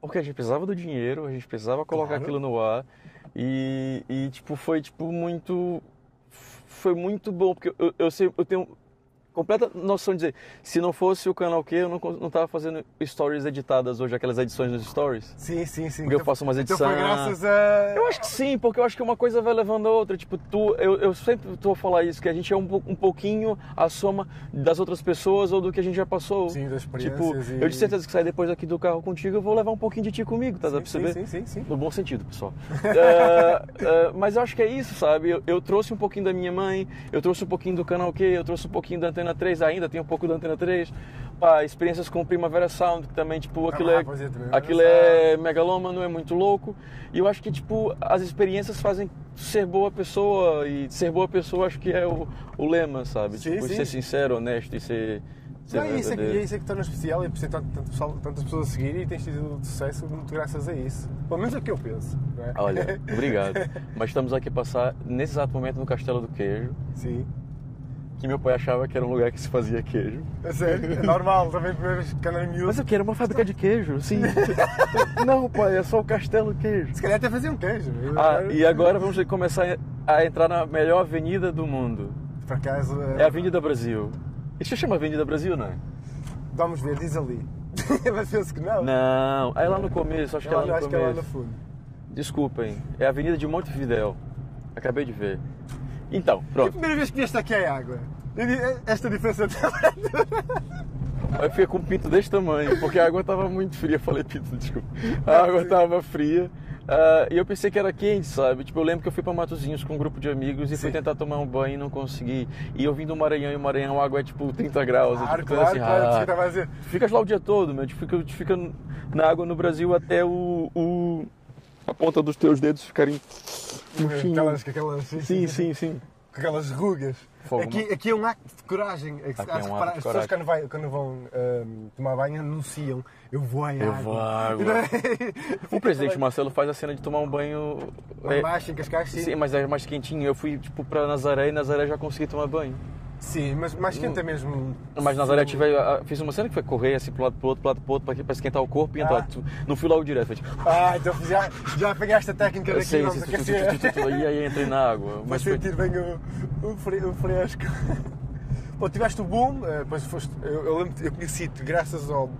Speaker 2: porque a gente precisava do dinheiro, a gente precisava colocar
Speaker 1: Claro.
Speaker 2: aquilo no ar. E, e, tipo, foi tipo muito. Foi muito bom, porque eu, eu, sei- eu tenho completa noção de dizer, se não fosse o canal Q, eu não, con- não tava fazendo stories editadas hoje, aquelas edições nos stories.
Speaker 1: Sim, sim, sim.
Speaker 2: Porque eu faço umas
Speaker 1: Então foi
Speaker 2: edição.
Speaker 1: graças a.
Speaker 2: Eu acho que sim, porque eu acho que uma coisa vai levando a outra. Tipo, tu, eu, eu sempre tô a falar isso, que a gente é um, pou- um pouquinho a soma das outras pessoas ou do que a gente já passou.
Speaker 1: Sim, das
Speaker 2: Tipo,
Speaker 1: experiências e-
Speaker 2: eu de certeza que sair depois aqui do carro contigo, eu vou levar um pouquinho de ti comigo, tá? Dá pra
Speaker 1: Sim, Sim,
Speaker 2: perceber?
Speaker 1: sim, sim. sim.
Speaker 2: No bom sentido, pessoal. É, é, mas eu acho que é isso, sabe? Eu, eu trouxe um pouquinho da minha mãe, eu trouxe um pouquinho do canal Q, eu trouxe um pouquinho da Antena 3, ainda tem um pouco da Antena 3. Pá, experiências com Primavera Sound, que também, tipo, aquilo
Speaker 1: Ah,
Speaker 2: é,
Speaker 1: pois é, Primavera
Speaker 2: aquilo é megalômano, é muito louco. E eu acho que, tipo, as experiências fazem ser boa pessoa, e ser boa pessoa acho que é o, o lema, sabe?
Speaker 1: Sim,
Speaker 2: tipo,
Speaker 1: sim.
Speaker 2: ser sincero, honesto e ser. ser
Speaker 1: Não, e isso é, que-
Speaker 2: verdadeiro.
Speaker 1: e isso é que torna especial e por ser tanto, tanto pessoal- tantas pessoas a seguir e tens tido sucesso muito graças a isso. Pelo menos é o que eu penso. Não é?
Speaker 2: Olha, obrigado. Mas estamos aqui a passar, nesse exato momento, no Castelo do Queijo,
Speaker 1: Sim.
Speaker 2: que meu pai achava que era um lugar que se fazia queijo.
Speaker 1: É sério, é normal, também a primeira vez que andei miúdo.
Speaker 2: Mas eu quero uma fábrica de queijo, sim. Não, pai, é só o Castelo Queijo.
Speaker 1: Se calhar até fazer um queijo. Eu-
Speaker 2: Ah, e agora vamos começar a entrar na melhor avenida do mundo.
Speaker 1: Por acaso, eh,
Speaker 2: É a Avenida Brasil. Isso chama Avenida Brasil, não é?
Speaker 1: vamos ver, diz ali. Mas penso que não.
Speaker 2: Não, é lá no começo, acho que é
Speaker 1: Eu
Speaker 2: lá no
Speaker 1: acho que é lá
Speaker 2: começo.
Speaker 1: no fundo.
Speaker 2: Desculpem, é a Avenida de Montevidéu. Acabei de ver. Então,
Speaker 1: É a
Speaker 2: pronto.
Speaker 1: primeira vez que vieste aqui é água. Eu di- eh, Esta diferença está
Speaker 2: Eu fiquei com um pinto desse tamanho, porque a água tava muito fria. Eu Falei pinto, desculpa. A água tava fria. ah, e eu pensei que era quente, sabe? Tipo, eu lembro que eu fui pra Matozinhos com um grupo de amigos e fui
Speaker 1: Sim.
Speaker 2: tentar tomar um banho e não consegui. E eu vim do Maranhão e o Maranhão a água é tipo 30 graus. eu
Speaker 1: Claro,
Speaker 2: fico todo
Speaker 1: claro, claro, por
Speaker 2: ah,
Speaker 1: isso que eu tava a dizer.
Speaker 2: Ficas lá o dia todo, meu. Tu fica, tu fica na água no Brasil até o, o- a ponta dos teus dedos ficarem. fininho.
Speaker 1: Uhum, Aquelas, aquelas, sim,
Speaker 2: Sim, sim, sim.
Speaker 1: com aquelas rugas.
Speaker 2: Fogo,
Speaker 1: aqui,
Speaker 2: mano.
Speaker 1: aqui é um acto de coragem. É que se-
Speaker 2: Aqui
Speaker 1: há
Speaker 2: é
Speaker 1: de
Speaker 2: um
Speaker 1: reparar,
Speaker 2: acto de
Speaker 1: as pessoas
Speaker 2: coragem.
Speaker 1: quando, vai- quando vão ahm, tomar banho anunciam: Eu vou à água.
Speaker 2: Eu vou à água. O presidente Marcelo faz a cena de tomar um banho. é,
Speaker 1: Baixo, em Cascais, sim.
Speaker 2: Sim,
Speaker 1: Sim,
Speaker 2: mas é mais quentinho. Eu fui, tipo, pra Nazaré e Nazaré já consegui tomar banho.
Speaker 1: mas mais quente é mesmo.
Speaker 2: Hum. Mas Nazaré tive, a- a- fiz uma cena que foi correr assim pro lado, pro outro, pro lado, pro outro, pra, pra esquentar o corpo e entrar.
Speaker 1: Ah.
Speaker 2: Tu- Não fui logo direto. Foi, tipo,
Speaker 1: Ah, então já, já pegaste a técnica
Speaker 2: eu
Speaker 1: daqui,
Speaker 2: sei,
Speaker 1: vamos
Speaker 2: tu- tu- tu-
Speaker 1: aquecer.
Speaker 2: tu- tu- tu- e aí entrei na água.
Speaker 1: Vai
Speaker 2: Mas foi,
Speaker 1: sentir bem o, o um fre- o fresco. Bom, tiveste o boom, eh, depois foste. Eu, eu lembro, eu conheci-te graças ao.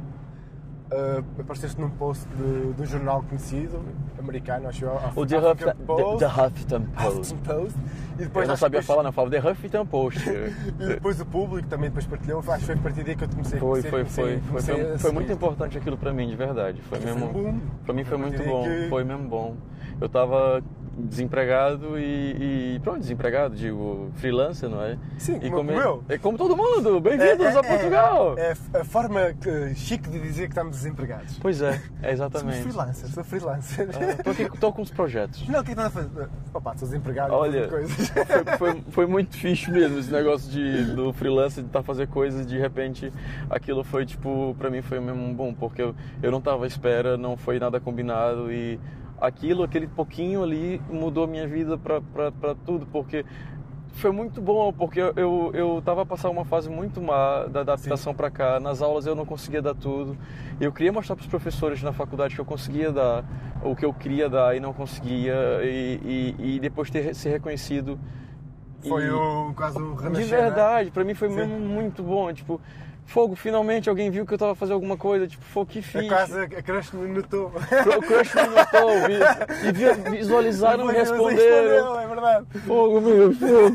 Speaker 1: eh, apareceste num post de, de um jornal conhecido, americano, acho eu. Af-
Speaker 2: o The, Huff,
Speaker 1: African
Speaker 2: the, the Huffington Post.
Speaker 1: Huffington Post. E depois
Speaker 2: Eu não
Speaker 1: acho
Speaker 2: sabia
Speaker 1: que depois-
Speaker 2: falar, não. Falava The Huffington Post.
Speaker 1: E depois o público também depois partilhou. Acho que foi a partir daí que eu te comecei a
Speaker 2: Foi,
Speaker 1: conhecer,
Speaker 2: foi,
Speaker 1: comecei-
Speaker 2: foi. Foi,
Speaker 1: comecei
Speaker 2: foi,
Speaker 1: a
Speaker 2: foi muito
Speaker 1: seguir.
Speaker 2: importante aquilo pra mim, de verdade. Foi
Speaker 1: Foi um
Speaker 2: mesmo.
Speaker 1: boom.
Speaker 2: Pra mim foi
Speaker 1: Eu
Speaker 2: muito
Speaker 1: diria
Speaker 2: bom.
Speaker 1: que-
Speaker 2: Foi mesmo bom. Eu tava desempregado e, e. Pronto, desempregado, digo, freelancer, não é?
Speaker 1: Sim,
Speaker 2: e
Speaker 1: como eu.
Speaker 2: É como todo mundo! Bem-vindos a Portugal!
Speaker 1: É, é a forma que- chique de dizer que estamos desempregados.
Speaker 2: Pois é, é
Speaker 1: Somos
Speaker 2: exatamente.
Speaker 1: freelancers, sou freelancer.
Speaker 2: Ah, tô, aqui- tô com os projetos.
Speaker 1: Não, o que é que estás a fazer? Opa, sou desempregado,
Speaker 2: Olha,
Speaker 1: fazer coisas.
Speaker 2: Foi, foi- foi muito fixe mesmo esse negócio de, do freelancer, de estar tá fazer coisas, de repente aquilo foi tipo, pra mim foi mesmo um bom, porque eu, eu não tava à espera, não foi nada combinado e aquilo, aquele pouquinho ali mudou minha vida pra, pra, pra tudo, porque foi muito bom, porque eu, eu, eu tava a passar uma fase muito má da adaptação pra cá. Nas aulas eu não conseguia dar tudo. Eu queria mostrar pros professores na faculdade que eu conseguia dar o que eu queria dar e não conseguia. E, e, e depois ter re- ser reconhecido. E-
Speaker 1: Foi o, quase o
Speaker 2: De
Speaker 1: renascer,
Speaker 2: verdade, pra mim foi
Speaker 1: Sim.
Speaker 2: mesmo muito bom. Tipo, fogo, finalmente alguém viu que eu tava fazendo alguma coisa. Tipo, fogo, que
Speaker 1: Né?
Speaker 2: fiz.
Speaker 1: É quase a crush no, no topo.
Speaker 2: O crush me notou, vi, e vi- visualizaram e
Speaker 1: Mas você
Speaker 2: responderam.
Speaker 1: É verdade.
Speaker 2: Fogo, meu, fogo.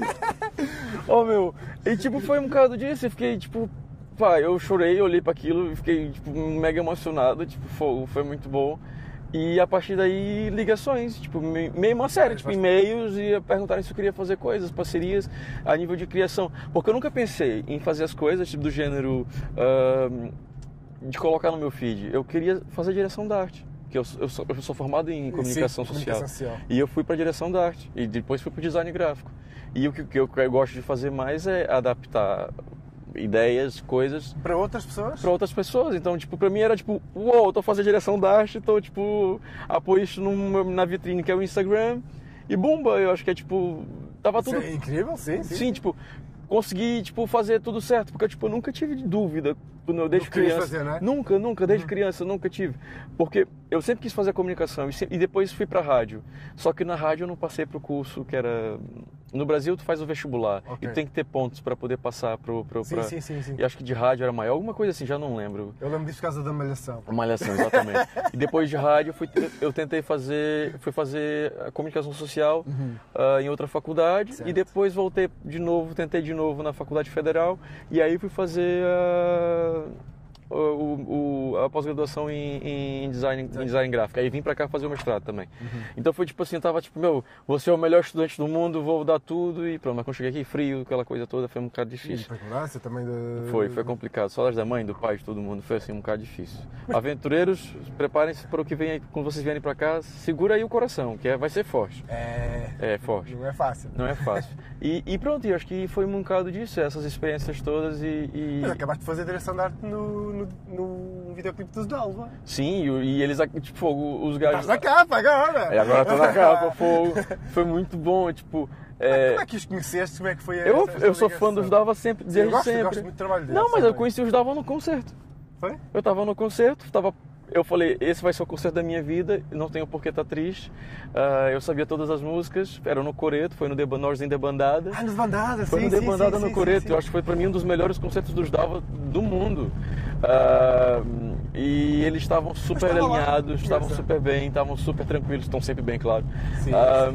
Speaker 2: Ó, meu. E, tipo, foi um bocado disso. Eu fiquei, tipo, pá, eu chorei, olhei para aquilo e fiquei tipo, mega emocionado, tipo, foi, foi muito bom. E a partir daí, ligações, tipo, me- meio uma série, tipo, e-mails e perguntaram se eu queria fazer coisas, parcerias a nível de criação. Porque eu nunca pensei em fazer as coisas, tipo, do gênero ahn, de colocar no meu feed. Eu queria fazer direção da arte, que eu, sou- eu sou, eu sou formado em comunicação
Speaker 1: Sim,
Speaker 2: social.
Speaker 1: comunicação social.
Speaker 2: E eu fui para direção da arte e depois fui para design gráfico. E o que, que eu, que eu gosto de fazer mais é adaptar ideias, coisas
Speaker 1: Para outras pessoas?
Speaker 2: para outras pessoas. Então, tipo, para mim era tipo, uou, eu tô fazendo direção da arte, tô tipo, apoio isso numa- na vitrine que é o Instagram e bomba, eu acho que é tipo, tava
Speaker 1: Isso
Speaker 2: tudo
Speaker 1: é incrível, sim, sim.
Speaker 2: sim, tipo, consegui, tipo, fazer tudo certo, porque tipo, eu nunca tive dúvida quando eu desde
Speaker 1: que querias
Speaker 2: criança.
Speaker 1: fazer, né?
Speaker 2: Nunca, nunca, desde criança, nunca tive. Porque eu sempre quis fazer comunicação e, se- e depois fui pra rádio. Só que na rádio eu não passei pro curso que era no Brasil tu faz o vestibular
Speaker 1: Ok.
Speaker 2: e tem que ter pontos para poder passar pro, pro
Speaker 1: Sim,
Speaker 2: pra-
Speaker 1: sim, sim, sim.
Speaker 2: E acho que de rádio era maior, alguma coisa assim, já não lembro.
Speaker 1: Eu lembro disso por causa da malhação.
Speaker 2: Malhação, exatamente. e depois de rádio, eu, fui, eu tentei fazer, fui fazer a comunicação social ah, em outra faculdade
Speaker 1: Certo.
Speaker 2: e depois voltei de novo, tentei de novo na faculdade federal e aí fui fazer ah, o- o- a pós-graduação em, em design, em design gráfico. Aí vim pra cá fazer o mestrado também. Então foi tipo assim, eu tava tipo, meu, você é o melhor estudante do mundo, vou dar tudo e pronto. Mas quando cheguei aqui frio, aquela coisa toda, foi um bocado difícil.
Speaker 1: Ignorância também da.
Speaker 2: Foi, foi complicado. Saudades da mãe, do pai, de todo mundo. Foi assim um bocado difícil. Aventureiros, preparem-se para o que vem aí. Quando vocês vierem para cá, segura aí o coração, que é, vai ser forte.
Speaker 1: É.
Speaker 2: É forte.
Speaker 1: Não é fácil.
Speaker 2: Não é fácil. E, e pronto, eu acho que foi um bocado disso, essas experiências todas e. e-
Speaker 1: Mas acabaste de fazer direção de arte no, no, no videoclipe dos Dalva.
Speaker 2: Sim, e, o- e eles, ac- tipo, o- os
Speaker 1: Estás
Speaker 2: gajos.
Speaker 1: Tá na capa agora!
Speaker 2: É, agora tô na capa, fogo. Foi muito bom, tipo. é,
Speaker 1: Como é que os conheceste? Como é que foi a-
Speaker 2: eu,
Speaker 1: essa
Speaker 2: eu sou fã
Speaker 1: ligação?
Speaker 2: dos Dalva sempre,
Speaker 1: Sim,
Speaker 2: desde
Speaker 1: eu gosto,
Speaker 2: sempre.
Speaker 1: gosto muito do trabalho deles.
Speaker 2: Não, mas eu
Speaker 1: também.
Speaker 2: conheci os Dalva no concerto.
Speaker 1: Foi?
Speaker 2: Eu tava no concerto, tava, eu falei, esse vai ser o concerto da minha vida, não tenho por que estar triste. Ah, eu sabia todas as músicas, era no Coreto, foi no Deba- Nós em Debandada.
Speaker 1: Ah, nos Bandada, sim.
Speaker 2: Foi no
Speaker 1: sim,
Speaker 2: Debandada
Speaker 1: sim,
Speaker 2: no
Speaker 1: sim,
Speaker 2: Coreto,
Speaker 1: sim,
Speaker 2: eu acho que foi pra mim um dos melhores concertos dos Dalva do mundo. Ah, e eles estavam super
Speaker 1: tava lá.
Speaker 2: alinhados, estavam
Speaker 1: Engraçado.
Speaker 2: super bem, estavam super tranquilos, estão sempre bem, claro.
Speaker 1: Sim.
Speaker 2: Ah,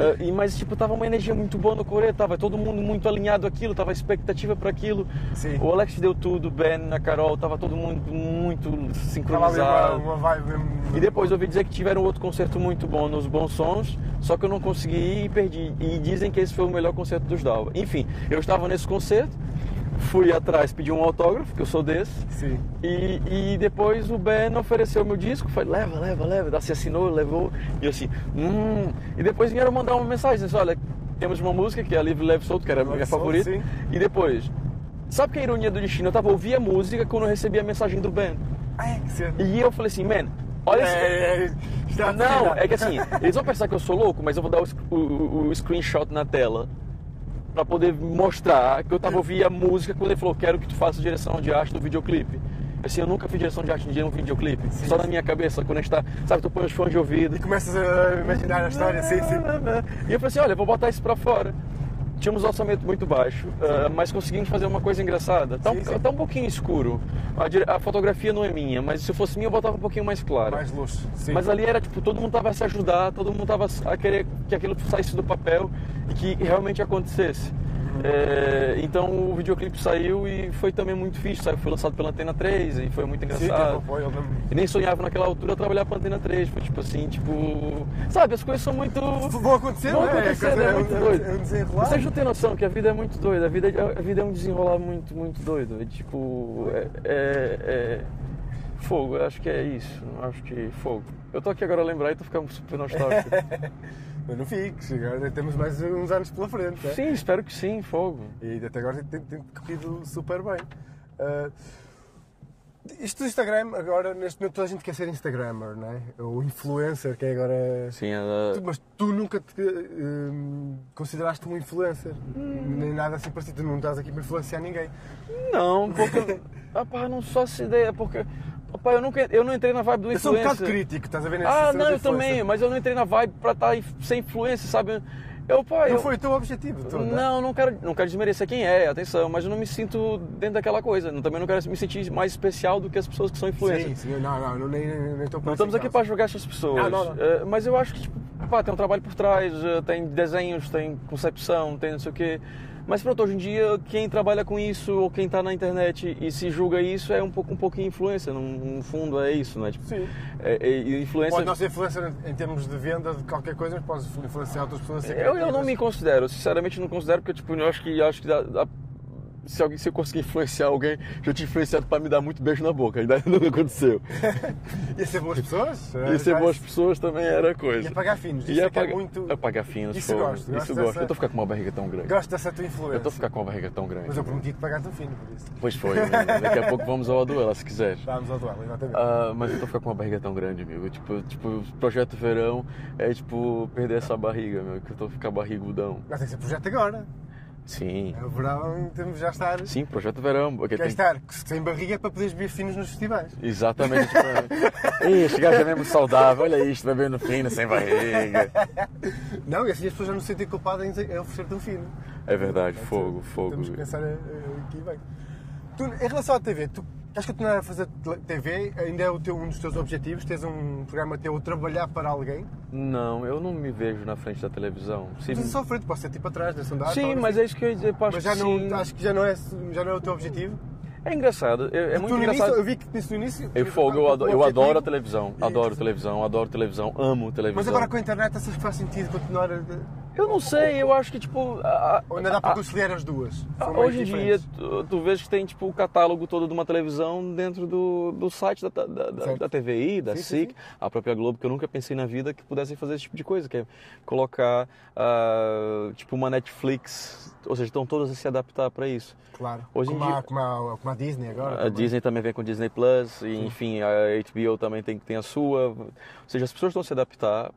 Speaker 2: ah, e- mas tipo, tava uma energia muito boa no Coreto, tava todo mundo muito alinhado aquilo, tava expectativa para aquilo.
Speaker 1: Sim.
Speaker 2: O Alex deu tudo, Ben, a Carol, tava todo mundo muito
Speaker 1: Tava ali uma,
Speaker 2: sincronizado.
Speaker 1: uma vibe um- mesmo.
Speaker 2: E depois eu ouvi dizer que tiveram outro concerto muito bom nos Bons Sons, só que eu não consegui ir e perdi. E dizem que esse foi o melhor concerto dos Dalva. Enfim, eu estava nesse concerto, fui atrás, pedi um autógrafo, que eu sou desse.
Speaker 1: Sim.
Speaker 2: E, e depois o Ben ofereceu meu disco, falei, leva, leva, leva. Se assinou, levou. E eu assim, hum. E depois vieram mandar uma mensagem, dizendo, assim, olha, temos uma música que é a Live Leve Solto, que era a minha
Speaker 1: Leve Solto,
Speaker 2: favorita.
Speaker 1: sim.
Speaker 2: E depois, sabe que é a ironia do destino? Eu tava ouvindo a música quando eu recebi a mensagem do Ben.
Speaker 1: Ah, é que você.
Speaker 2: E eu falei assim, man, olha esse-
Speaker 1: É, é, está-
Speaker 2: Não, é que assim, eles vão pensar que eu sou louco, mas eu vou dar o, sc- o- o- o screenshot na tela pra poder mostrar que eu tava ouvindo a música quando ele falou, quero que tu faça direção de arte do videoclipe. Assim, eu nunca fiz direção de arte de um videoclipe, só na minha cabeça, quando a gente tá, sabe, tu põe os fones de ouvido.
Speaker 1: E começas a imaginar a história, sim, sim.
Speaker 2: E eu falei assim, olha, vou botar isso pra fora. Tínhamos um orçamento muito baixo, ah, mas conseguimos fazer uma coisa engraçada. Tá, um-
Speaker 1: Sim, sim.
Speaker 2: tá um pouquinho escuro. A, dire- a fotografia não é minha, mas se fosse minha eu botava um pouquinho mais clara.
Speaker 1: Mais luz. Sim.
Speaker 2: Mas ali era tipo, todo mundo tava a se ajudar, todo mundo tava a querer que aquilo saísse do papel e que realmente acontecesse.
Speaker 1: Uhum.
Speaker 2: É, então o videoclipe saiu e foi também muito fixe, sabe? Foi lançado pela Antena 3 e foi muito
Speaker 1: Sim,
Speaker 2: engraçado.
Speaker 1: tipo, foi, eu lembro.
Speaker 2: E nem sonhava naquela altura trabalhar pra Antena 3, foi tipo assim, tipo. Sabe, as coisas são muito.
Speaker 1: Vão acontecer,
Speaker 2: Vão
Speaker 1: não é?
Speaker 2: acontecer,
Speaker 1: É coisa-
Speaker 2: né?
Speaker 1: é
Speaker 2: É muito
Speaker 1: um-
Speaker 2: doido.
Speaker 1: é um desenrolar.
Speaker 2: Vocês não têm noção que a vida é muito doida, a vida, a vida é um desenrolar muito, muito doido. É tipo. É, é- é Fogo, eu acho que é isso. eu Acho que fogo. Eu tô aqui agora a lembrar e tô ficando super nostálgico.
Speaker 1: Mas não fiques, agora temos mais uns anos pela frente. é?
Speaker 2: sim, espero que sim, fogo.
Speaker 1: E até agora tem, tem corrido super bem. Ah, isto do Instagram, agora, neste momento, toda a gente quer ser Instagrammer, não é? Ou influencer, que é agora.
Speaker 2: Sim, ela-
Speaker 1: Tu- Mas tu nunca te hum, consideraste um influencer, nem nada assim parecido, tu não estás aqui para influenciar ninguém.
Speaker 2: Não, porque. Rapaz, não só essa ideia, porque. Rapaz, eu, nunca, eu não entrei na vibe do
Speaker 1: Eu sou um
Speaker 2: influencer.
Speaker 1: bocado crítico, estás a ver? nessa
Speaker 2: Ah,
Speaker 1: cena
Speaker 2: não,
Speaker 1: de
Speaker 2: eu também,
Speaker 1: influencer.
Speaker 2: mas eu não entrei na vibe pra estar sem influência, sabe? Eu, pai,
Speaker 1: Não
Speaker 2: eu-
Speaker 1: foi o teu objetivo, tu, é?
Speaker 2: Não, não quero, não quero desmerecer quem é, atenção, mas eu não me sinto dentro daquela coisa. Não- Também não quero me sentir mais especial do que as pessoas que são
Speaker 1: Sim,
Speaker 2: influencers.
Speaker 1: sim, não, não, não, nem, nem, nem estou
Speaker 2: não estamos aqui para julgar essas pessoas.
Speaker 1: Ah, não, não.
Speaker 2: eh, mas eu acho que, tipo, pá, tem um trabalho por trás, eh, tem desenhos, tem concepção, tem não sei o quê. Mas pronto, hoje em dia, quem trabalha com isso ou quem tá na internet e se julga isso é um pouco um pouquinho influência, no, no fundo é isso, né? Tipo,
Speaker 1: Sim.
Speaker 2: é, é, e influência...
Speaker 1: Pode não ser influencer em termos de venda de qualquer coisa, mas podes influenciar outras pessoas a ser
Speaker 2: Eu, eu não
Speaker 1: criativas.
Speaker 2: me considero, sinceramente não considero, porque tipo, eu acho que acho que dá- dá- se alguém se eu conseguir influenciar alguém, já tinha influenciado pra me dar muito beijo na boca, ainda não aconteceu.
Speaker 1: Ia ser boas pessoas? Eh,
Speaker 2: E ser boas pessoas também era coisa.
Speaker 1: Ia pagar finos. Isso
Speaker 2: E
Speaker 1: é que é
Speaker 2: apaga-
Speaker 1: muito.
Speaker 2: apagar finos,
Speaker 1: Isso
Speaker 2: pô.
Speaker 1: gosto,
Speaker 2: Isso
Speaker 1: gosto
Speaker 2: gosto.
Speaker 1: dessa-
Speaker 2: Eu tô ficando com uma barriga tão grande.
Speaker 1: Gosto dessa tua influência.
Speaker 2: Eu tô ficando com uma barriga tão grande.
Speaker 1: Mas eu prometi te pagar teu fino por isso.
Speaker 2: Pois foi, né? daqui a pouco vamos ao duela, se quiser.
Speaker 1: Estávamos ao duelo, exatamente.
Speaker 2: Ah, mas eu tô ficando com uma barriga tão grande, amigo. Tipo, tipo, projeto verão é tipo perder essa barriga, meu, que eu tô ficando barrigudão.
Speaker 1: Mas tem que ser projeto agora.
Speaker 2: Sim.
Speaker 1: É o verão, temos de já estar.
Speaker 2: Sim, projeto verão. Porque
Speaker 1: Quer
Speaker 2: tem...
Speaker 1: estar sem barriga para poderes beber finos nos festivais.
Speaker 2: Exatamente. Tipo, Ih, esse gajo é mesmo saudável, olha isto, bebendo fino, né, sem barriga.
Speaker 1: Não, e assim as pessoas já não se sentem culpadas em dizer- em oferecer-te um fino.
Speaker 2: É verdade, fogo, fogo.
Speaker 1: Temos que pensar eh, eh, aqui bem. Tu, em relação à TV, tu queres continuar a fazer tele- TV? Ainda é o teu, um dos teus objetivos? Tens um programa teu, trabalhar para alguém?
Speaker 2: Não, eu não me vejo na frente da televisão. Sim,
Speaker 1: Mas é só à frente, pode ser tipo atrás, na sondagem.
Speaker 2: sim
Speaker 1: talvez.
Speaker 2: mas é isso que eu ia dizer, pá, acho
Speaker 1: Mas já
Speaker 2: que
Speaker 1: não,
Speaker 2: sim.
Speaker 1: acho que já não, é, já não é o teu objetivo?
Speaker 2: É engraçado, é, é muito
Speaker 1: tu no
Speaker 2: engraçado.
Speaker 1: início, eu vi que disse no início.
Speaker 2: Eu
Speaker 1: que-
Speaker 2: fogo, eu
Speaker 1: o
Speaker 2: adoro, eu
Speaker 1: objetivo-
Speaker 2: adoro a televisão,
Speaker 1: E-
Speaker 2: adoro televisão, adoro televisão, amo televisão.
Speaker 1: Mas agora com a internet, achas que faz sentido continuar a.
Speaker 2: Eu não sei, eu acho que tipo. a- a-
Speaker 1: Ou ainda dá para
Speaker 2: a-
Speaker 1: conciliar as duas? São
Speaker 2: a-
Speaker 1: meios
Speaker 2: Ah, hoje em dia,
Speaker 1: diferentes.
Speaker 2: tu, tu vês que tem tipo o catálogo todo de uma televisão dentro do, do site da, da, da,
Speaker 1: Certo.
Speaker 2: da TVI, da
Speaker 1: Sim, sim,
Speaker 2: SIC, a própria Globo, que eu nunca pensei na vida que pudessem fazer esse tipo de coisa, que é colocar ah, tipo uma Netflix, ou seja, estão todas a se adaptar para isso.
Speaker 1: Claro.
Speaker 2: hoje em
Speaker 1: como,
Speaker 2: dia-
Speaker 1: a, como, a, como a Disney agora.
Speaker 2: A
Speaker 1: Ah, também.
Speaker 2: Disney também vem com Disney Plus, e, enfim, a HBO também tem, tem a sua. Ou seja, as pessoas estão se adaptar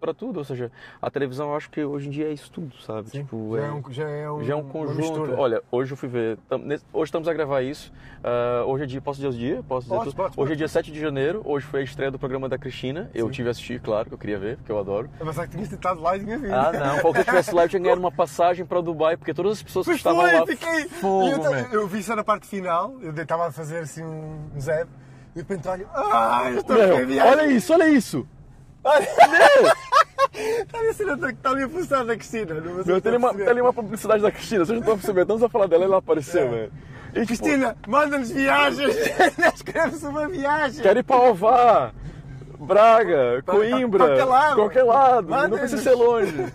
Speaker 2: para tudo. Ou seja, a televisão eu acho que hoje em dia é isso tudo, sabe?
Speaker 1: Sim.
Speaker 2: Tipo,
Speaker 1: já, é um, já é um,
Speaker 2: já é um
Speaker 1: uma
Speaker 2: conjunto.
Speaker 1: mistura.
Speaker 2: Olha, hoje eu fui ver. tam- nesse- hoje estamos a gravar isso. ah, hoje é dia. Posso dizer os dias? Posso dizer
Speaker 1: Pode,
Speaker 2: tudo?
Speaker 1: pode,
Speaker 2: hoje é dia 7 de janeiro. Hoje foi a estreia do programa da Cristina. Eu tive a assistir, claro, que eu queria ver, porque eu adoro.
Speaker 1: Eu pensava que tinhas tentado lá e tinha vindo.
Speaker 2: Ah, não. Qualquer que tivesse lá, eu tinha ganhado uma passagem para Dubai, porque todas as pessoas que
Speaker 1: Mas é,
Speaker 2: estavam
Speaker 1: foi,
Speaker 2: lá.
Speaker 1: fiquei.
Speaker 2: Fogo,
Speaker 1: e eu, ta-
Speaker 2: velho.
Speaker 1: eu vi só na parte final, eu estava a fazer assim um um zero, e de repente olho, ah, eu estou
Speaker 2: Meu,
Speaker 1: a viagem.
Speaker 2: olha isso, olha isso!
Speaker 1: Está a cena que está ali a funcionar da Cristina. não sei se
Speaker 2: Meu,
Speaker 1: está
Speaker 2: tem
Speaker 1: a
Speaker 2: ali, uma,
Speaker 1: perceber.
Speaker 2: tem ali uma publicidade da Cristina, vocês não estão percebendo, estamos a falar dela e ela apareceu, velho. E, tipo,
Speaker 1: É. Cristina, manda-nos viagens, nós queremos uma viagem.
Speaker 2: Quero ir pra Ovar, Braga,
Speaker 1: Pra-
Speaker 2: Coimbra,
Speaker 1: pra qualquer lado.
Speaker 2: qualquer lado,
Speaker 1: Manda
Speaker 2: não precisa
Speaker 1: eles.
Speaker 2: ser longe.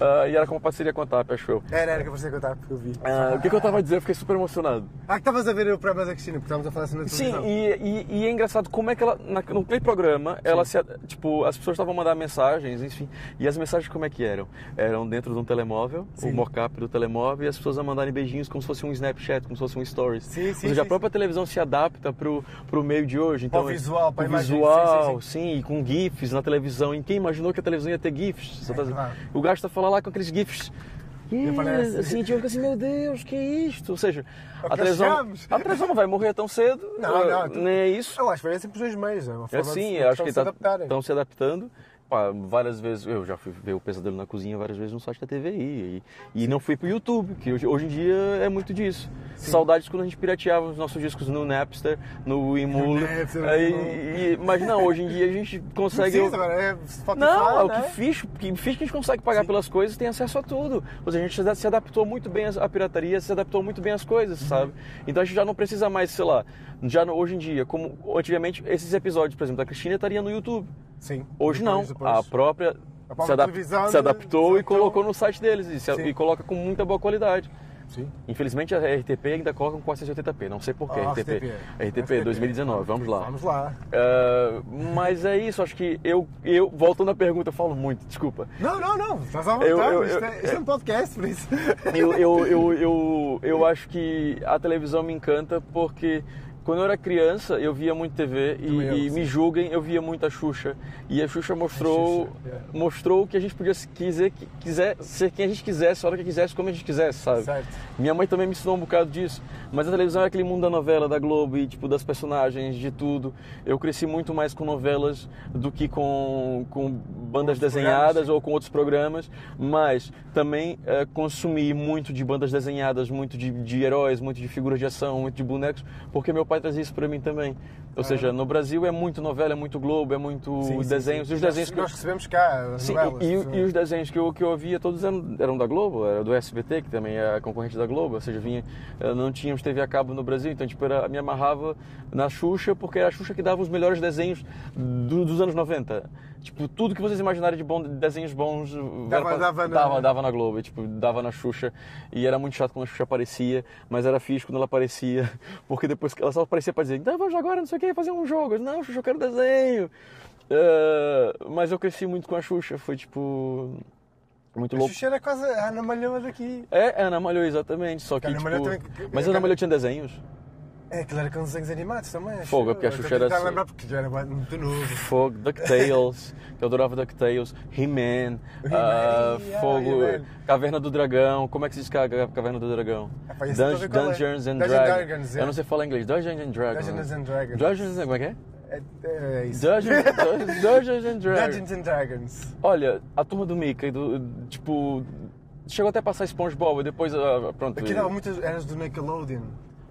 Speaker 2: Ah, e era com uma parceria com a TAP, acho eu.
Speaker 1: Era, era que eu pensei contar, porque eu vi.
Speaker 2: Ah, o que, que eu tava a dizer? Eu fiquei super emocionado.
Speaker 1: Ah, que estavas a ver o programa da Cristina, porque estávamos a falar assim na
Speaker 2: Sim,
Speaker 1: televisão.
Speaker 2: e, e- e é engraçado como é que ela, na, no Play Programa, ela se, tipo, as pessoas estavam a mandar mensagens, enfim, e as mensagens como é que eram? Eram dentro de um telemóvel,
Speaker 1: Sim.
Speaker 2: o mockup do telemóvel, e as pessoas a mandarem beijinhos como se fosse um Snapchat, como se fosse um Stories.
Speaker 1: Sim, sim,
Speaker 2: Ou seja, a
Speaker 1: sim,
Speaker 2: própria televisão se adapta pro, pro meio de hoje. Então,
Speaker 1: Ao visual, pra
Speaker 2: o
Speaker 1: imagem,
Speaker 2: visual, sim, e com GIFs na televisão. E quem imaginou que a televisão ia ter GIFs? Você
Speaker 1: É
Speaker 2: tá-
Speaker 1: verdade.
Speaker 2: o gajo tá falando lá com aqueles GIFs. Yeah,
Speaker 1: aparece.
Speaker 2: assim, tipo, assim, meu Deus, que é isto? Ou seja, a
Speaker 1: que
Speaker 2: televisão,
Speaker 1: chegamos.
Speaker 2: a televisão não vai morrer tão cedo.
Speaker 1: Não,
Speaker 2: eh,
Speaker 1: não, tu-
Speaker 2: Nem é isso.
Speaker 1: Eu acho que é sempre os dois meios, é uma
Speaker 2: É
Speaker 1: forma
Speaker 2: sim,
Speaker 1: de,
Speaker 2: eu acho que então
Speaker 1: de se adaptarem.
Speaker 2: estão se adaptando. Pá, várias vezes, eu já fui ver o Pesadelo na Cozinha várias vezes no site da TVI. E, e não fui pro YouTube, que hoje, hoje em dia é muito disso. Saudades quando a gente pirateava os nossos discos no Napster, no Emule.
Speaker 1: Napster,
Speaker 2: aí-
Speaker 1: no
Speaker 2: e- mas não, hoje em dia a gente
Speaker 1: Não
Speaker 2: consegue.
Speaker 1: precisa, agora é Spotify,
Speaker 2: Não, é o
Speaker 1: né?
Speaker 2: que fiz, que fiz que a gente consegue pagar pelas coisas e tem acesso a tudo. Ou seja, a gente se adaptou muito bem à pirataria, se adaptou muito bem às coisas,
Speaker 1: Uhum.
Speaker 2: sabe? Então a gente já não precisa mais, sei lá, já no- hoje em dia, como antigamente, esses episódios, por exemplo, da Cristina estaria no YouTube.
Speaker 1: Sim.
Speaker 2: Hoje não. Ah,
Speaker 1: Depois,
Speaker 2: A
Speaker 1: depois.
Speaker 2: própria,
Speaker 1: A própria
Speaker 2: se, adap-
Speaker 1: televisão,
Speaker 2: se adaptou
Speaker 1: né?
Speaker 2: e colocou no site deles e, se-
Speaker 1: Sim.
Speaker 2: e coloca com muita boa qualidade.
Speaker 1: Sim.
Speaker 2: Infelizmente a RTP ainda coloca com 480p, não sei porquê.
Speaker 1: Ah,
Speaker 2: RTP,
Speaker 1: RTP.
Speaker 2: RTP 2019, vamos lá.
Speaker 1: Vamos lá.
Speaker 2: Ah, mas é isso, acho que eu, eu voltando à pergunta, eu falo muito, desculpa.
Speaker 1: Não, não, não. Estás à vontade.
Speaker 2: Eu- eu-
Speaker 1: isto,
Speaker 2: eu-
Speaker 1: é, isto é um podcast, por isso.
Speaker 2: Eu, eu, eu, eu, eu acho que a televisão me encanta porque quando eu era criança eu via muito TV e,
Speaker 1: Também eu,
Speaker 2: e
Speaker 1: sim.
Speaker 2: me julguem, eu via muito a Xuxa. E a Xuxa mostrou,
Speaker 1: A Xuxa, é.
Speaker 2: mostrou que a gente podia se quiser, que- quiser, ser quem a gente quisesse, a hora que quisesse, como a gente quisesse, sabe?
Speaker 1: Certo.
Speaker 2: Minha mãe também me ensinou um bocado disso. Mas a televisão é aquele mundo da novela, da Globo e tipo, das personagens, de tudo. Eu cresci muito mais com novelas do que com, com bandas
Speaker 1: outros
Speaker 2: desenhadas ou com outros programas. Mas também eh, consumi muito de bandas desenhadas, muito de, de heróis, muito de figuras de ação, muito de bonecos, porque meu pai pai trazia isso para mim também. Ou seja, no Brasil é muito novela, é muito Globo, é muito
Speaker 1: Ah. Sim, sim,
Speaker 2: desenhos.
Speaker 1: sim.
Speaker 2: E os desenhos
Speaker 1: nós,
Speaker 2: que eu-
Speaker 1: nós recebemos cá, as
Speaker 2: Sim,
Speaker 1: né? novelas,
Speaker 2: e,
Speaker 1: sim.
Speaker 2: e- e os desenhos que eu, que eu via todos eram, eram da Globo, era do SBT, que também é a concorrente da Globo, ou seja, vinha, eh, não tínhamos TV a cabo no Brasil, então tipo, era, me amarrava na Xuxa, porque era a Xuxa que dava os melhores desenhos do- dos anos 90. Tipo, tudo que vocês imaginarem de, bom, de desenhos bons eh,
Speaker 1: Dava-
Speaker 2: era pra-
Speaker 1: dava na-
Speaker 2: dava, dava na Globo, e, tipo, dava na Xuxa, e era muito chato quando a Xuxa aparecia, mas era fixe quando ela aparecia, porque depois que ela só aparecia pra dizer, então vamos agora, não sei o que, fazer um jogo. Eu, não, Xuxa, eu quero desenho. Ah, mas eu cresci muito com a Xuxa, foi tipo. Muito
Speaker 1: A
Speaker 2: louco.
Speaker 1: Xuxa era quase a Ana Malhão daqui.
Speaker 2: É, a Ana Malhou, exatamente, só que.
Speaker 1: Ana
Speaker 2: tipo,
Speaker 1: Malhou também-
Speaker 2: Mas a Ana Malhou tinha desenhos.
Speaker 1: É, aquilo era com desenhos animados também. acho
Speaker 2: Fogo,
Speaker 1: eu. É
Speaker 2: porque a
Speaker 1: Eu tô
Speaker 2: Xuxa era
Speaker 1: tentar
Speaker 2: assim.
Speaker 1: lembrar porque já era muito novo.
Speaker 2: Fogo, DuckTales, que eu adorava DuckTales, He-Man, ah,
Speaker 1: yeah,
Speaker 2: Fogo,
Speaker 1: He-Man.
Speaker 2: Caverna do Dragão, como é que se diz ca- ca- Caverna do Dragão?
Speaker 1: Rapaz, esse eu tô
Speaker 2: Dun-
Speaker 1: vendo qual é.
Speaker 2: Dungeons and
Speaker 1: Dungeons
Speaker 2: Dragons.
Speaker 1: Dragons,
Speaker 2: Eu
Speaker 1: é.
Speaker 2: não sei falar inglês, Dungeons and Dragons.
Speaker 1: Dungeons and Dragons.
Speaker 2: Dungeons and Como é que é?
Speaker 1: É, é isso.
Speaker 2: Dungeons, Dungeons- Dungeons and Dragons.
Speaker 1: Dungeons and Dragons.
Speaker 2: Olha, a turma do Mickey, do, tipo. Chegou até a passar SpongeBob e depois. ah, pronto.
Speaker 1: Aqui um dava muitas. Eras do Nickelodeon.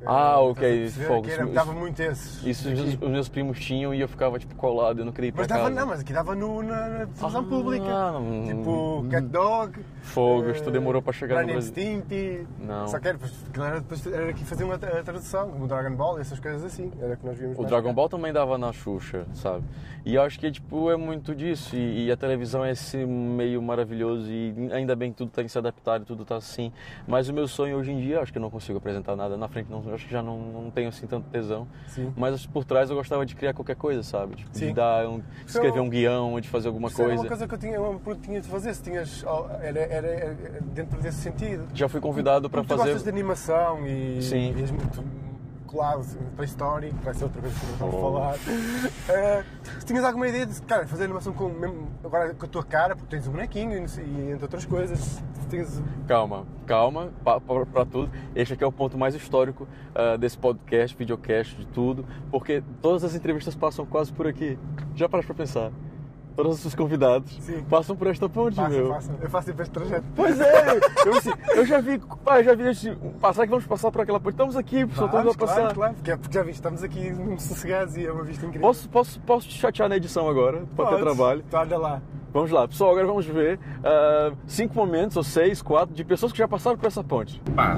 Speaker 2: Ah,
Speaker 1: Eh, estás
Speaker 2: ok,
Speaker 1: a perceber?
Speaker 2: fogo,
Speaker 1: Que era-
Speaker 2: isso-
Speaker 1: Dava muito esses.
Speaker 2: Isso os meus, os meus primos tinham e eu ficava tipo colado, eu não queria ir pra
Speaker 1: Mas dava,
Speaker 2: casa.
Speaker 1: não, mas aqui dava no, na, na televisão
Speaker 2: Ah,
Speaker 1: pública.
Speaker 2: hum.
Speaker 1: Tipo, Cat Dog.
Speaker 2: Fogo,
Speaker 1: eh,
Speaker 2: isto demorou para chegar no
Speaker 1: Ren and
Speaker 2: Brasil.
Speaker 1: Stimpy.
Speaker 2: Não.
Speaker 1: Só que era, depois- aquilo era, depois era aqui fazer uma tra- a tradução, como Dragon Ball e essas coisas assim. Era o que nós víamos.
Speaker 2: O Dragon Ball também dava na Xuxa, sabe? E eu acho que tipo, é muito disso. E, e a televisão é esse meio maravilhoso e ainda bem que tudo tem que se adaptar e tudo tá assim. Mas o meu sonho hoje em dia, acho que eu não consigo apresentar nada na frente, não, acho que já não, não tenho assim tanto tesão.
Speaker 1: Sim.
Speaker 2: Mas assim, por trás eu gostava de criar qualquer coisa, sabe? Tipo, de
Speaker 1: Sim.
Speaker 2: dar um, de
Speaker 1: Isso é
Speaker 2: escrever
Speaker 1: um-
Speaker 2: um guião, de fazer alguma
Speaker 1: Isso era uma
Speaker 2: coisa.
Speaker 1: coisa que eu tinha, uma pergunta que tinha de fazer, se tinhas. oh, Era, era, era dentro desse sentido.
Speaker 2: Já fui convidado para
Speaker 1: Como tu
Speaker 2: fazer
Speaker 1: gostas de animação e,
Speaker 2: Sim.
Speaker 1: e és muito colado assim, Toy Story, que vai ser outra coisa que eu vou
Speaker 2: Oh.
Speaker 1: falar. Eh, se tinhas alguma ideia de cara, fazer animação com, mesmo, agora com a tua cara, porque tens o bonequinho e, não sei- e entre outras coisas, se tinhas
Speaker 2: Calma, calma, pa- pa- pra tudo. Este aqui é o ponto mais histórico ah, desse podcast, videocast, de tudo, porque todas as entrevistas passam quase por aqui. Já paraste pra pensar? Todos os convidados
Speaker 1: Sim.
Speaker 2: passam por esta ponte,
Speaker 1: faça,
Speaker 2: meu.
Speaker 1: faça. Eu faço sempre este trajeto.
Speaker 2: Pois é, eu, assim, eu já vi, pá, eu já vi assim, passar que vamos passar por aquela ponte. Estamos aqui, pessoal,
Speaker 1: Vamos,
Speaker 2: estamos a passar.
Speaker 1: claro, claro, porque, é- porque já viste, estamos aqui mesmo sossegados e é uma vista incrível.
Speaker 2: Posso, posso, posso te chatear na edição agora, para ter
Speaker 1: Podes.
Speaker 2: trabalho.
Speaker 1: Então anda lá.
Speaker 2: Vamos lá, pessoal, agora vamos ver ah, cinco momentos, ou seis, quatro, de pessoas que já passaram por essa ponte.
Speaker 3: Pá,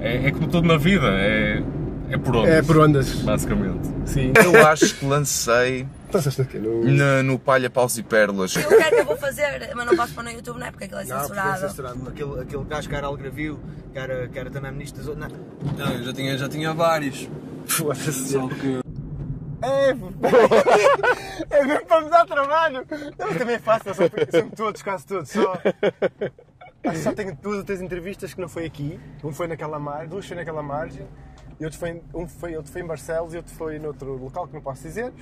Speaker 3: é, é como tudo na vida, é, é por ondas.
Speaker 1: ondas.
Speaker 3: Basicamente.
Speaker 1: Sim.
Speaker 4: Eu acho que lancei
Speaker 1: Estás aqui no.
Speaker 4: no, no Palha Paus e Pérolas.
Speaker 5: Eu quero um que eu vou fazer, mas não posso pôr no YouTube, não é? Porque aquilo é
Speaker 6: Não, porque é
Speaker 5: censurado.
Speaker 6: censurado. Aquele, aquele gajo que era algravio, que era, que era também ministro das outras. Não,
Speaker 4: Eu já tinha, já tinha vários.
Speaker 1: É, é mesmo para me dar trabalho. Eu também faço, eu só- são todos, quase todos. Só, acho que só tenho duas ou três entrevistas que não foi aqui. Um foi naquela margem, duas foi naquela margem. E outro foi, em- um foi, outro foi em Barcelos e outro foi noutro local que não posso dizer.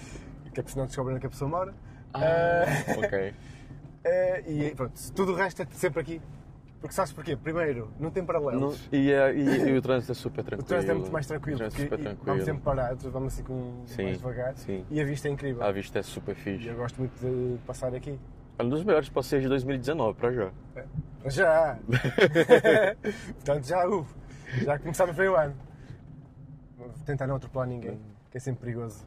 Speaker 1: Que é por sinal descobrir onde é que a pessoa mora. Ah,
Speaker 2: Ok.
Speaker 1: eh, e pronto, tudo o resto é sempre aqui. Porque sabes porquê? Primeiro, não tem
Speaker 2: Não-
Speaker 1: paralelos.
Speaker 2: e, é- e- e o trânsito é super tranquilo.
Speaker 1: O trânsito é muito mais
Speaker 2: O
Speaker 1: tranquilo,
Speaker 2: trânsito
Speaker 1: porque
Speaker 2: é super
Speaker 1: e
Speaker 2: tranquilo.
Speaker 1: vamos sempre parados, vamos assim com
Speaker 2: Sim,
Speaker 1: mais devagar
Speaker 2: sim.
Speaker 1: e a vista é incrível.
Speaker 2: A vista é super
Speaker 1: E
Speaker 2: fixe.
Speaker 1: eu gosto muito de passar aqui.
Speaker 2: É um dos melhores passeios de 2019 pra já.
Speaker 1: Já! Portanto, já, uh, já começámos bem o ano. Vou tentar não atropelar ninguém, que é sempre perigoso.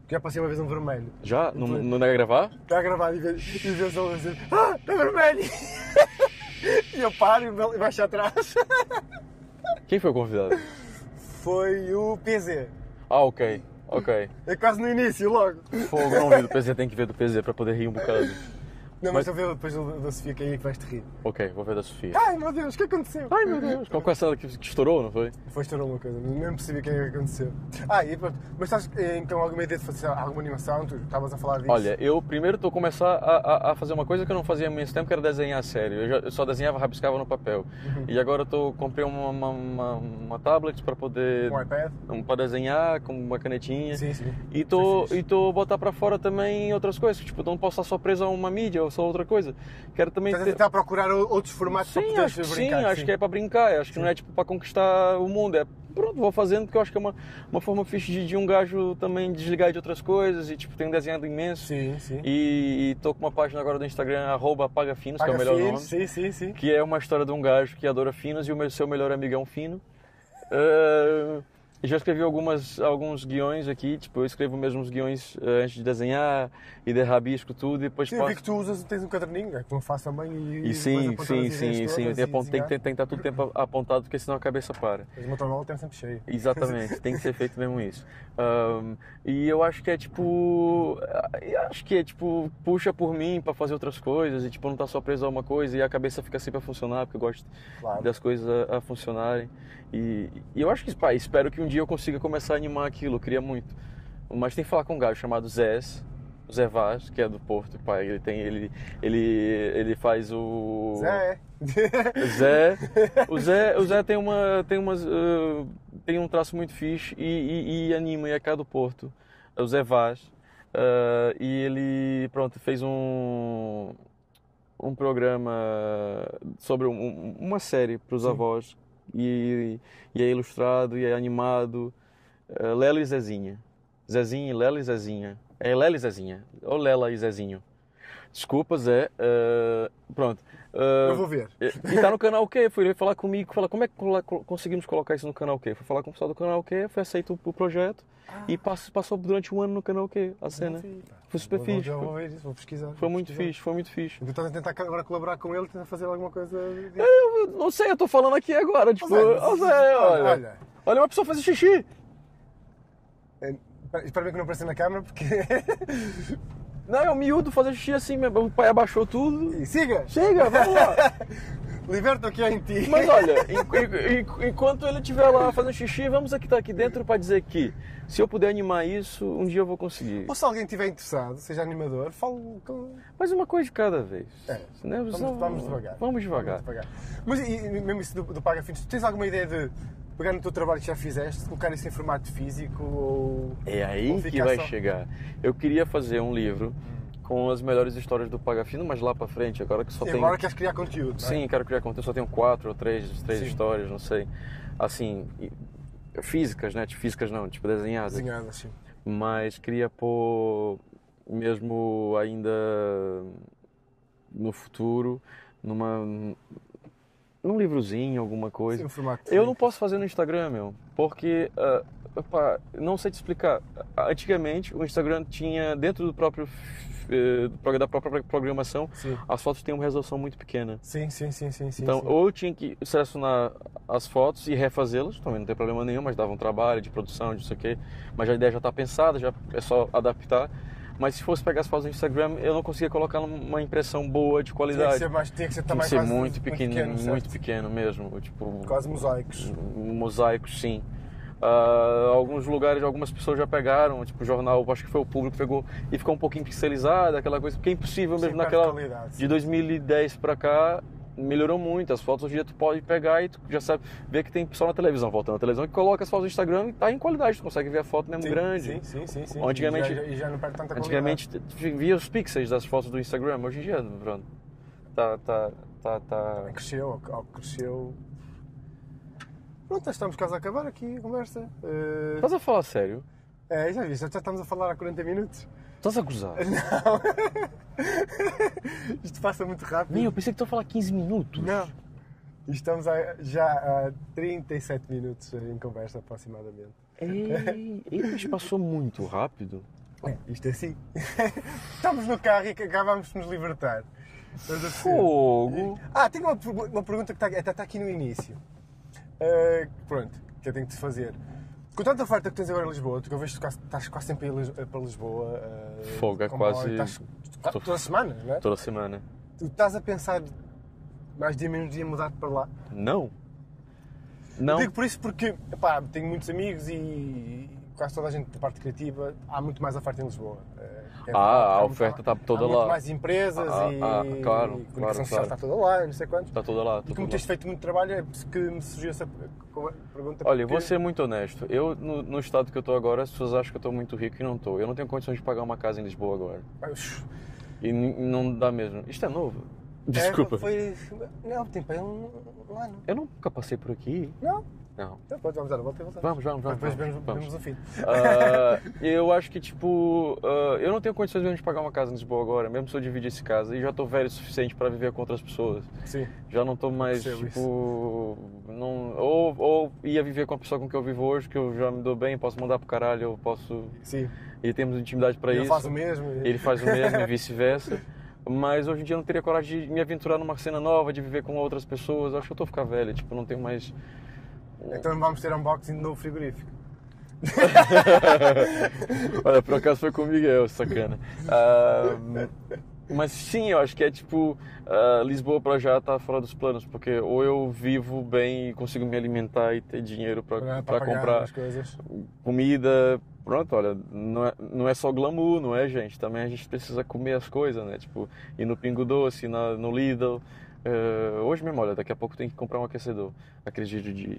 Speaker 1: Porque Já passei uma vez um vermelho.
Speaker 2: Já? Não, não dá a gravar?
Speaker 1: Está a gravar e vejo e vejo ele a dizer: Ah, está vermelho! e eu paro e ele baixo atrás.
Speaker 2: Quem foi o convidado?
Speaker 1: Foi o PZ.
Speaker 2: Ah, ok. Ok.
Speaker 1: É quase no início, logo.
Speaker 2: Fogo, não vi do PZ, tem que ver do PZ pra poder rir um bocado.
Speaker 1: Não, mas,
Speaker 2: Mas-
Speaker 1: talvez depois da da Sofia que é aí que vais te rir.
Speaker 2: Ok, vou ver da Sofia.
Speaker 1: Ai meu Deus, o que aconteceu?
Speaker 2: Ai meu Deus, qual foi essa que, que estourou, não foi?
Speaker 1: Foi estourar uma coisa, nem percebi o que é que aconteceu. Ah, e pronto. Mas estás eh, então alguma ideia de fazer alguma animação? Tu estavas a falar disso?
Speaker 2: Olha, eu primeiro tô começar a, a- a fazer uma coisa que eu não fazia há muito tempo, que era desenhar a sério. Eu, já- eu só desenhava, rabiscava no papel.
Speaker 1: Uhum.
Speaker 2: E agora eu tô, comprei uma, uma, uma, uma tablet pra poder.
Speaker 1: Um iPad?
Speaker 2: um, para desenhar, com uma canetinha.
Speaker 1: Sim, sim.
Speaker 2: eh, E tô,
Speaker 1: Foi fixe.
Speaker 2: e tô botar pra fora também outras coisas. Tipo, não posso estar só preso a uma mídia ou só outra coisa. Quero também
Speaker 1: Estás a
Speaker 2: ter-
Speaker 1: tentar procurar o- outros formatos para
Speaker 2: Sim,
Speaker 1: poderes
Speaker 2: acho que sim,
Speaker 1: brincar?
Speaker 2: acho que é pra brincar. Acho que não é tipo pra conquistar o mundo. É pronto, vou fazendo porque eu acho que é uma, uma forma fixe de, de um gajo também desligar de outras coisas. E tipo, tem um desenhado imenso.
Speaker 1: Sim, sim.
Speaker 2: E, e tô com uma página agora do Instagram, arroba apagafinos, que é o melhor
Speaker 1: Paga
Speaker 2: nome
Speaker 1: fixe, Sim, sim, sim.
Speaker 2: que é uma história de um gajo que adora finos e o meu- seu melhor amigo é um fino. Ah, E já escrevi algumas, alguns guiões aqui, tipo, eu escrevo mesmo os guiões eh, antes de desenhar e de rabisco tudo e depois
Speaker 1: Sim, eu vi que tu usas, tens um caderninho, é que não faço também e...
Speaker 2: E
Speaker 1: depois
Speaker 2: sim,
Speaker 1: apontar
Speaker 2: sim,
Speaker 1: as
Speaker 2: sim,
Speaker 1: ideias
Speaker 2: sim.
Speaker 1: todas
Speaker 2: Tem,
Speaker 1: e
Speaker 2: apont- tem,
Speaker 1: desenhar.
Speaker 2: que- tem que estar todo o tempo a- apontado, porque senão a cabeça para.
Speaker 1: Mas o meu trabalho está sempre cheio.
Speaker 2: Exatamente, tem que ser feito mesmo isso. Ahm, e eu acho que é tipo. eu Acho que é tipo, puxa por mim pra fazer outras coisas e tipo, não tá só preso a uma coisa e a cabeça fica sempre a funcionar, porque eu gosto
Speaker 1: Claro.
Speaker 2: das coisas a, a funcionarem. E, e eu acho que, pá, espero que um dia eu consiga começar a animar aquilo, eu queria muito. Mas tem que falar com um gajo chamado Zés, o Zé Vaz, que é do Porto, pá, ele tem, ele, ele, ele faz o...
Speaker 1: Zé, é.
Speaker 2: Zé, o Zé, o Zé tem uma, tem umas, ah, tem um traço muito fixe e, e- e anima e é cá do Porto, é o Zé Vaz, Ah, e ele, pronto, fez um, um programa sobre um- um- uma série para os avós e, e é ilustrado e é animado, Ah, Lela e Zezinha, Zezinha, Lela e Zezinha, é Lela e Zezinha, ou Lela e Zezinho. Desculpa, Zé. ah, pronto. Ah,
Speaker 1: Eu vou ver.
Speaker 2: e e tá no canal Q, fui falar comigo, falar como é que colo- colo- conseguimos colocar isso no canal Q. Fui falar com o pessoal do canal Q, foi aceito o- o projeto e passou, passou durante um ano no canal Q, a cena. Foi super
Speaker 1: Vou-
Speaker 2: fixe.
Speaker 1: Eu vou
Speaker 2: Foi,
Speaker 1: ver um isso, vou pesquisar.
Speaker 2: foi
Speaker 1: vou
Speaker 2: muito
Speaker 1: pesquisar.
Speaker 2: fixe, foi muito fixe.
Speaker 1: Então estás a tentar agora colaborar com ele, tentar fazer alguma coisa...
Speaker 2: Eu não sei, eu tô falando aqui agora, tipo, ó Zé, olha.
Speaker 1: olha.
Speaker 2: Olha uma pessoa fazer xixi.
Speaker 1: Espera- Espera bem Eh, que não apareça na câmera, porque...
Speaker 2: Não, é o miúdo fazer xixi assim, meu o pai abaixou tudo.
Speaker 1: E Siga!
Speaker 2: Chega, vamos lá.
Speaker 1: Liberta o que há em ti!
Speaker 2: Mas olha, en- en- en- enquanto ele estiver lá fazendo xixi, vamos aqui estar aqui dentro pra dizer que se eu puder animar isso, um dia eu vou conseguir.
Speaker 1: Ou se alguém estiver interessado, seja animador, fale com...
Speaker 2: Mas uma coisa de cada vez.
Speaker 1: É.
Speaker 2: Né?
Speaker 1: Vamos,
Speaker 2: Senão-
Speaker 1: vamos devagar.
Speaker 2: Vamos devagar.
Speaker 1: Vamos Mas e, e mesmo isso do, do Paga Filhos, tu tens alguma ideia de pegar no teu trabalho que já fizeste, colocar isso em formato físico ou.
Speaker 2: É aí
Speaker 1: Ou
Speaker 2: que
Speaker 1: ficar
Speaker 2: vai
Speaker 1: só- Hum.
Speaker 2: chegar. Eu queria fazer um livro com as melhores histórias do Pagafino, mas lá pra frente, agora que só
Speaker 1: E
Speaker 2: tem.
Speaker 1: agora queres criar conteúdo? não é?
Speaker 2: Sim, quero criar conteúdo, só tenho quatro ou três, três histórias, não sei. Assim, e- físicas, né? Tipo, Físicas não, tipo desenhadas.
Speaker 1: Desenhado, assim.
Speaker 2: Mas queria pôr, mesmo ainda no futuro, numa. num livrozinho, alguma coisa.
Speaker 1: Sim, um formato.
Speaker 2: Eu não posso fazer no Instagram, meu, porque, ah, pá, não sei te explicar. Antigamente, o Instagram tinha, dentro do próprio, eh, do prog- da própria programação,
Speaker 1: Sim.
Speaker 2: as fotos têm uma resolução muito pequena.
Speaker 1: Sim, sim, sim, sim. sim
Speaker 2: Então,
Speaker 1: sim.
Speaker 2: ou eu tinha que selecionar as fotos e refazê-las, também não tem problema nenhum, mas dava um trabalho de produção, de isso aqui. Mas a ideia já está pensada, já é só adaptar. Mas se fosse pegar as fotos do Instagram, eu não conseguia colocar uma impressão boa, de
Speaker 1: Tinha que
Speaker 2: qualidade.
Speaker 1: ser, tá mais, tinha que ser
Speaker 2: Tinha que
Speaker 1: também
Speaker 2: ser
Speaker 1: quase
Speaker 2: muito pequeno,
Speaker 1: certo?
Speaker 2: muito pequeno mesmo. Tipo,
Speaker 1: Quase mosaicos.
Speaker 2: um mosaico, sim. Ah, alguns lugares, algumas pessoas já pegaram, tipo, o jornal, acho que foi o público, pegou e ficou um pouquinho pixelizado, aquela coisa, porque é impossível mesmo
Speaker 1: Sim,
Speaker 2: naquela.
Speaker 1: qualidade,
Speaker 2: De 2010 pra cá, melhorou muito. As fotos hoje em dia tu pode pegar e tu já sabe, vê que tem pessoal na televisão, voltando na televisão, que coloca as fotos no Instagram e tá em qualidade, tu consegue ver a foto mesmo
Speaker 1: Sim,
Speaker 2: grande.
Speaker 1: Sim, sim, sim. sim.
Speaker 2: Antigamente-
Speaker 1: E já, e já não perde tanta qualidade.
Speaker 2: Antigamente tu via os pixels das fotos do Instagram, hoje em dia, pronto. Tá, tá, tá, tá.
Speaker 1: Cresceu, ao- ao que cresceu. Pronto, estamos quase a acabar aqui a conversa. Eh,
Speaker 2: Estás a falar sério?
Speaker 1: é, já vi, já, já estamos a falar há 40 minutos.
Speaker 2: Estás a gozar?
Speaker 1: Isto passa muito rápido.
Speaker 2: Nem, eu pensei que tu ia falar 15 minutos.
Speaker 1: Não. Estamos a- já há 37 minutos em conversa, aproximadamente.
Speaker 2: Ei, ei, mas passou muito rápido.
Speaker 1: É, isto é assim. Estamos no carro e que acabamos de nos libertar. Estás a perceber?
Speaker 2: Fogo!
Speaker 1: Ah, tem uma, pergu- uma pergunta que está, até está aqui no início. Ah, pronto, que eu tenho que te fazer. Com tanta oferta que tens agora em Lisboa, tu que eu vejo que tu quase- estás quase sempre a Lis- eh, para Lisboa. ah,
Speaker 2: Fogo, é
Speaker 1: com
Speaker 2: quase-
Speaker 1: bola, Estás, quase
Speaker 2: Tô-
Speaker 1: todas as semanas, não é?
Speaker 2: Toda semana.
Speaker 1: Tu estás a pensar mais dia menos dia mudar-te para lá?
Speaker 2: Não. Não.
Speaker 1: Digo por isso porque epá, tenho muitos amigos e quase toda a gente da parte criativa há muito mais oferta em Lisboa. Eh, quer dizer,
Speaker 2: Ah, a
Speaker 1: há muito-
Speaker 2: oferta está toda
Speaker 1: há
Speaker 2: lá.
Speaker 1: Muito mais empresas
Speaker 2: Ah,
Speaker 1: e,
Speaker 2: ah,
Speaker 1: e
Speaker 2: claro,
Speaker 1: comunicação
Speaker 2: claro,
Speaker 1: social
Speaker 2: claro.
Speaker 1: está toda lá, e não sei quantos.
Speaker 2: Tá toda lá.
Speaker 1: E
Speaker 2: Tá
Speaker 1: como
Speaker 2: toda lá.
Speaker 1: tens feito muito trabalho, é por isso que me surgiu essa co- pergunta.
Speaker 2: Olha, eu vou
Speaker 1: porque-
Speaker 2: ser muito honesto. Eu, no, no estado que eu tô agora, as pessoas acham que eu tô muito rico e não tô. Eu não tenho condições de pagar uma casa em Lisboa agora. E n- não dá mesmo. Isto é novo. Desculpa.
Speaker 1: É, foi. Não, tempo, é um, um ano.
Speaker 2: Eu nunca passei por aqui.
Speaker 1: Não?
Speaker 2: Não.
Speaker 1: Então, pode, vamos dar a volta e voltamos.
Speaker 2: Vamos, vamos, vamos.
Speaker 1: Depois
Speaker 2: vamos,
Speaker 1: vemos,
Speaker 2: vamos.
Speaker 1: vemos o fim.
Speaker 2: Ah, eu acho que, tipo, ah, eu não tenho condições mesmo de pagar uma casa em Lisboa agora, mesmo se eu dividir esse casa. E já tô velho o suficiente pra viver com outras pessoas.
Speaker 1: Sim.
Speaker 2: Já não tô mais,
Speaker 1: Percebo
Speaker 2: tipo. não, ou, ou ia viver com a pessoa com que eu vivo hoje, que eu já me dou bem, posso mandar pro caralho, eu posso.
Speaker 1: Sim.
Speaker 2: E temos intimidade para
Speaker 1: Eu
Speaker 2: É isso.
Speaker 1: faço o mesmo.
Speaker 2: Ele faz o mesmo e vice-versa. Mas hoje em dia eu não teria coragem de me aventurar numa cena nova, de viver com outras pessoas. Eu acho que eu tô ficar velho, tipo, não tenho mais.
Speaker 1: Então vamos ter unboxing de novo frigorífico.
Speaker 2: Olha, por acaso foi com o Miguel, sacana. Ah, mas sim, eu acho que é tipo, ah, Lisboa pra já tá fora dos planos, porque ou eu vivo bem e consigo me alimentar e ter dinheiro pra,
Speaker 1: Para,
Speaker 2: pra
Speaker 1: pagar
Speaker 2: comprar
Speaker 1: as coisas.
Speaker 2: comida. Pronto, olha, não é, não é só glamour, não é, gente? Também a gente precisa comer as coisas, né? Tipo, ir no Pingo Doce, na, no Lidl. Eh, hoje mesmo, olha, daqui a pouco tem que comprar um aquecedor. Acredito de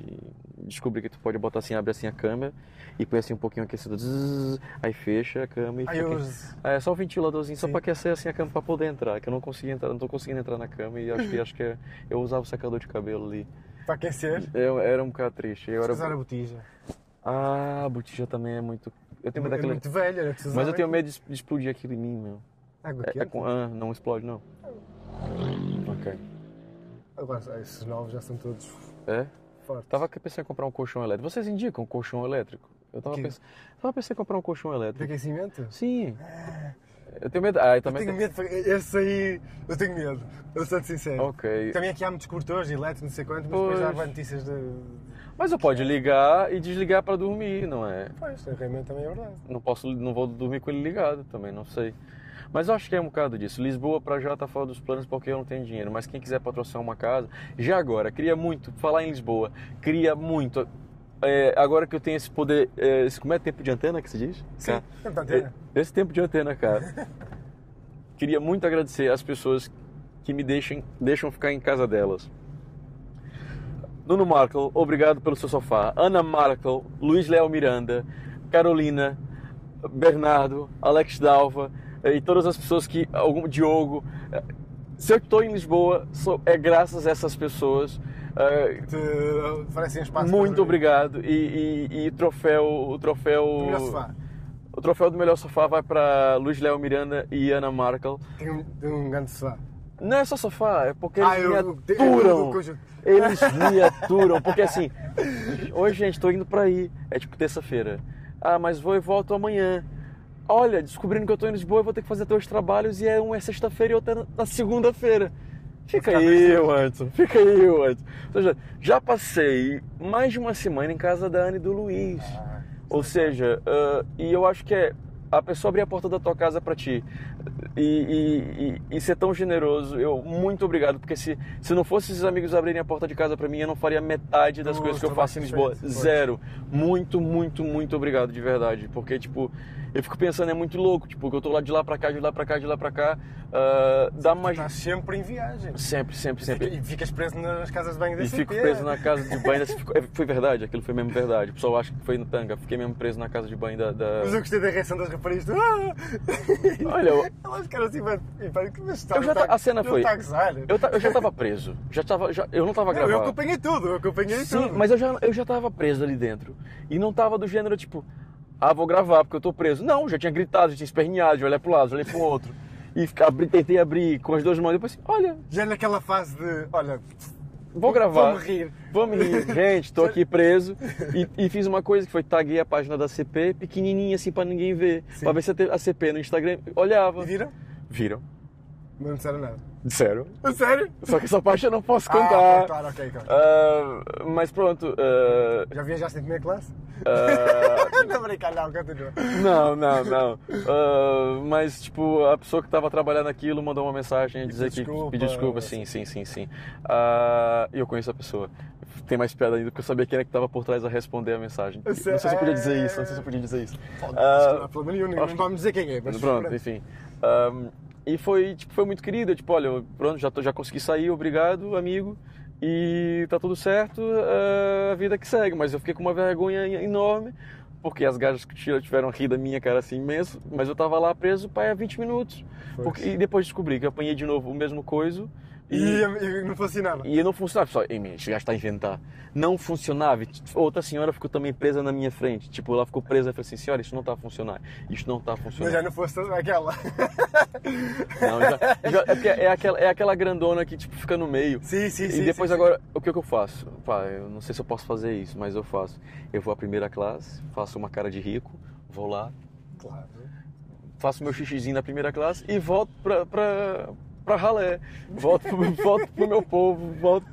Speaker 2: descobrir que tu pode botar assim, abre assim a câmera e põe assim um pouquinho o aquecedor, zzz, aí fecha a cama e
Speaker 1: Aí
Speaker 2: fica-
Speaker 1: eu.
Speaker 2: Ah, é só o ventiladorzinho, só
Speaker 1: Sim.
Speaker 2: pra aquecer assim a cama pra poder entrar, que eu não consegui entrar, não tô conseguindo entrar na cama e acho que acho que é- eu usava o secador de cabelo ali.
Speaker 1: Para aquecer.
Speaker 2: Eu era um bocado triste. Eu
Speaker 1: Era...
Speaker 2: era...
Speaker 1: Usar a botija.
Speaker 2: Ah, a botija também é muito. Eu tenho medo
Speaker 1: É
Speaker 2: daquilo.
Speaker 1: muito velho, era preciso
Speaker 2: Mas eu
Speaker 1: usar
Speaker 2: tenho medo de de explodir aquilo em mim, meu.
Speaker 1: Água
Speaker 2: É- é
Speaker 1: quente.
Speaker 2: com- ah, não explode, não. Ok.
Speaker 1: Agora, esses novos já são todos
Speaker 2: É?
Speaker 1: fortes.
Speaker 2: Tava que- pensando em comprar um colchão elétrico. Vocês indicam um colchão elétrico? Eu tava
Speaker 1: Que?
Speaker 2: pensando. Tava pensando em comprar um colchão
Speaker 1: De
Speaker 2: elétrico.
Speaker 1: aquecimento?
Speaker 2: Sim. Eu tenho medo. Ah, eu
Speaker 1: Eu
Speaker 2: também
Speaker 1: tenho
Speaker 2: tenho-
Speaker 1: medo, esse aí. Eu tenho medo. Eu sou sincero.
Speaker 2: Ok.
Speaker 1: Também aqui há muitos cortores, elétricos, não sei quanto, mas
Speaker 2: Pois.
Speaker 1: depois já há boas notícias de.
Speaker 2: Mas eu pode ligar e desligar pra dormir, não é?
Speaker 1: Pois, realmente também é verdade.
Speaker 2: Não posso, não vou dormir com ele ligado também, não sei. Mas eu acho que é um bocado disso. Lisboa pra já tá fora dos planos porque eu não tenho dinheiro. Mas quem quiser patrocinar uma casa, já agora, cria muito. Falar em Lisboa, cria muito. É, agora que eu tenho esse poder, é, esse, como é tempo de antena que se diz? Cara,
Speaker 1: Não está a ter.
Speaker 2: é- Esse tempo de antena, cara. Queria muito agradecer às pessoas que me deixem, deixam ficar em casa delas. Nuno Markle, obrigado pelo seu sofá. Ana Markle, Luiz Léo Miranda, Carolina, Bernardo, Alex Dalva eh, e todas as pessoas que. Algum, Diogo. Eh, Se eu estou em Lisboa, sou- é graças a essas pessoas. Eh,
Speaker 1: Te oferecem espaço.
Speaker 2: muito
Speaker 1: para-
Speaker 2: obrigado. E, e- e troféu. O troféu.
Speaker 1: Melhor Um sofá.
Speaker 2: O troféu do melhor sofá vai para Luiz Léo Miranda e Ana Markel.
Speaker 1: Tem um, tem um grande sofá.
Speaker 2: Não é só sofá, é porque eles
Speaker 1: Ah, eu-
Speaker 2: me
Speaker 1: eu- eu-
Speaker 2: aturam.
Speaker 1: eu- eu- eu-
Speaker 2: Eles me aturam, porque assim, hoje, gente, tô indo pra aí. É tipo terça-feira. Ah, mas vou e volto amanhã. Olha, descobrindo que eu tô em Lisboa, eu vou ter que fazer dois trabalhos e é um é sexta-feira e outro é na- na segunda-feira. Fica aí, Anderson. Fica aí, Anderson. Ou seja, já passei mais de uma semana em casa da Ana e do Luiz.
Speaker 1: Ah.
Speaker 2: Ou seja, ah, e eu acho que é a pessoa abrir a porta da tua casa pra ti e, e- e- e ser tão generoso, eu muito obrigado, porque se, se não fosse esses amigos abrirem a porta de casa pra mim, eu não faria metade das
Speaker 1: Dos
Speaker 2: coisas que eu
Speaker 1: trabalhos
Speaker 2: faço em Lisboa.
Speaker 1: feitos, pois.
Speaker 2: Zero. Muito, muito, muito obrigado, de verdade. Porque, tipo, eu fico pensando, é muito louco, tipo, que eu tô lá de lá pra cá, de lá pra cá, de lá pra cá. ah, dá mais.
Speaker 1: Estás sempre em viagem.
Speaker 2: Sempre, sempre, sempre.
Speaker 1: E ficas preso nas casas de banho da
Speaker 2: E fico
Speaker 1: CP.
Speaker 2: preso na casa de banho. da- ficou- é, Foi verdade, aquilo foi mesmo verdade. O pessoal acha que foi no tanga. Fiquei mesmo preso na casa de banho da. da-
Speaker 1: Mas eu gostei da reação das raparigas. tu, "Ah!"
Speaker 2: Olha, eu,
Speaker 1: Elas ficaram assim, mas, e pá, mas está,
Speaker 2: Eu já ta- a cena foi-
Speaker 1: Está a gozar. Eu,
Speaker 2: eu, ta- eu já tava preso. Já tava, já- eu não tava
Speaker 1: não, eu então.
Speaker 2: gravado.
Speaker 1: acompanhei tudo, eu acompanhei
Speaker 2: Sim,
Speaker 1: tudo.
Speaker 2: mas eu já, eu já tava preso ali dentro. E não tava do gênero tipo, ah, vou gravar porque eu tô preso. Não, já tinha gritado, já tinha esperneado, já olhei pro lado, já olhei pro outro. E fica- abri- tentei abrir com as duas mãos. Depois assim, olha,
Speaker 1: Já naquela fase de, olha,
Speaker 2: vou gravar.
Speaker 1: vou-me rir.
Speaker 2: Vamos rir. Gente, tô aqui preso. E, e fiz uma coisa que foi taguei a página da CP, pequenininha assim pra ninguém ver. Pra ver se a a CP no Instagram olhava.
Speaker 1: E viram?
Speaker 2: Viram.
Speaker 1: Mas não disseram nada.
Speaker 2: Disseram.
Speaker 1: A sério?
Speaker 2: Só que essa parte eu não posso
Speaker 1: Ah,
Speaker 2: contar.
Speaker 1: claro, ok, claro.
Speaker 2: Então tá. Ah, mas pronto. ah,
Speaker 1: Já viajaste em primeira classe?
Speaker 2: ah,
Speaker 1: não, brincar, não, continua.
Speaker 2: Não, não, não. Ah, mas, tipo, a pessoa que tava trabalhando aquilo mandou uma mensagem e dizer que
Speaker 1: desculpa,
Speaker 2: pediu desculpa.
Speaker 1: é.
Speaker 2: Sim, sim, sim, sim. Ah, E eu conheço a pessoa. Tem mais piada ainda, porque eu sabia quem era que tava por trás a responder a mensagem. Não sei se eu podia dizer isso, não sei se eu podia dizer isso. Ah,
Speaker 1: não é há problema nenhum, não
Speaker 2: acho-
Speaker 1: vamos dizer quem é, mas
Speaker 2: Pronto, enfim. Ahm, e foi, tipo, foi muito querida, tipo, olha, eu- pronto, já, tô- já consegui sair, obrigado, amigo. E tá tudo certo, ah, a vida que segue. Mas eu fiquei com uma vergonha en- enorme, porque as gajas que tiram tiveram rir da minha cara assim imenso, mas eu tava lá preso para 20 minutos. Porque, e depois descobri que eu apanhei de novo o mesmo coiso
Speaker 1: E, e não funcionava.
Speaker 2: E eu não funcionava, pessoal. Ei, meu, chegaste a inventar. Não funcionava. E Outra senhora ficou também presa na minha frente. Tipo, ela ficou presa. Eu falei assim, senhora, isso não está a funcionar. Isto não tá está a funcionar.
Speaker 1: Mas já não fosse aquela.
Speaker 2: Não, já- já- é, porque é aquela, é aquela grandona que tipo, fica no meio.
Speaker 1: Sim, sim,
Speaker 2: e
Speaker 1: sim,
Speaker 2: depois
Speaker 1: sim, sim.
Speaker 2: agora, o que, que eu faço? Pá, eu não sei se eu posso fazer isso, mas eu faço. Eu vou à primeira classe, faço uma cara de rico, vou lá,
Speaker 1: Claro.
Speaker 2: faço meu xixizinho na primeira classe e volto pra, pra, pra ralé. Volto pro, volto pro meu povo, volto.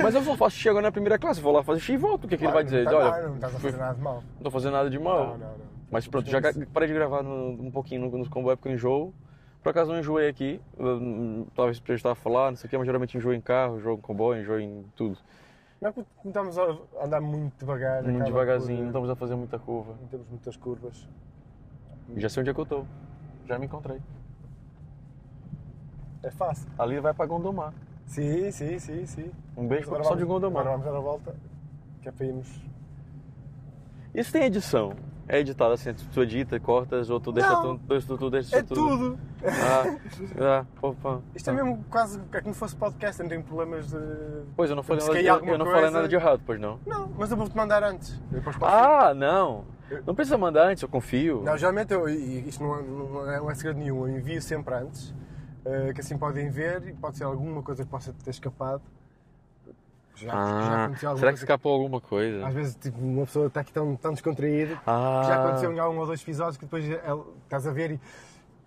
Speaker 2: Mas eu só faço, chego na primeira classe, vou lá fazer xixi e volto. O que, que ele vai dizer?
Speaker 1: Não, tá-
Speaker 2: Olha,
Speaker 1: ah, não estás a
Speaker 2: fui-
Speaker 1: fazer nada de mal.
Speaker 2: não tô fazendo nada de mal.
Speaker 1: Não, não, não.
Speaker 2: Mas pronto, já ga- parei de gravar no- um pouquinho no- nos comboios porque eu enjoo. Por acaso não enjoei aqui, hum, talvez porque eu estava a falar, não sei o que, mas geralmente enjoo em carro, enjoo em comboio, enjoo em tudo.
Speaker 1: Não é que não estamos a andar muito devagar.
Speaker 2: Muito
Speaker 1: acaba
Speaker 2: devagarzinho,
Speaker 1: por-
Speaker 2: não estamos a fazer muita curva.
Speaker 1: Não temos muitas curvas.
Speaker 2: Já sei onde é que eu tô, já me encontrei.
Speaker 1: É fácil.
Speaker 2: Ali vai pra Gondomar.
Speaker 1: Sim, sim, sim, sim.
Speaker 2: Um beijo pro
Speaker 1: Agora
Speaker 2: pessoal de
Speaker 1: vamos- Agora
Speaker 2: Gondomar.
Speaker 1: vamos dar a volta, que é para irmos...
Speaker 2: Isso tem edição. É editado assim, tu tu edita, cortas, ou tu deixa
Speaker 1: Não.
Speaker 2: tudo, tu, tu, tu deixa
Speaker 1: É tudo!
Speaker 2: Ah, ah, opa.
Speaker 1: Isto é mesmo quase é como se fosse podcast, eu não tenho problemas de...
Speaker 2: Pois eu não falei
Speaker 1: Se
Speaker 2: nada,
Speaker 1: cair
Speaker 2: eu,
Speaker 1: alguma
Speaker 2: eu não falei
Speaker 1: coisa-
Speaker 2: nada de errado, pois não.
Speaker 1: Não, mas eu vou-te mandar antes. Eu Depois posso-
Speaker 2: Ah, não. Não precisa mandar antes, eu confio.
Speaker 1: Não, geralmente eu, e isto não, é- não é, não é segredo nenhum, eu envio sempre antes, eh, que assim podem ver e pode ser alguma coisa que possa ter escapado. Já, já
Speaker 2: Ah,
Speaker 1: aconteceu alguma
Speaker 2: será que
Speaker 1: coisa
Speaker 2: escapou alguma coisa?
Speaker 1: Às vezes tipo, uma pessoa está aqui tão, tão descontraída
Speaker 2: Ah.
Speaker 1: que já aconteceu em um ou dois episódios que depois ela- estás a ver e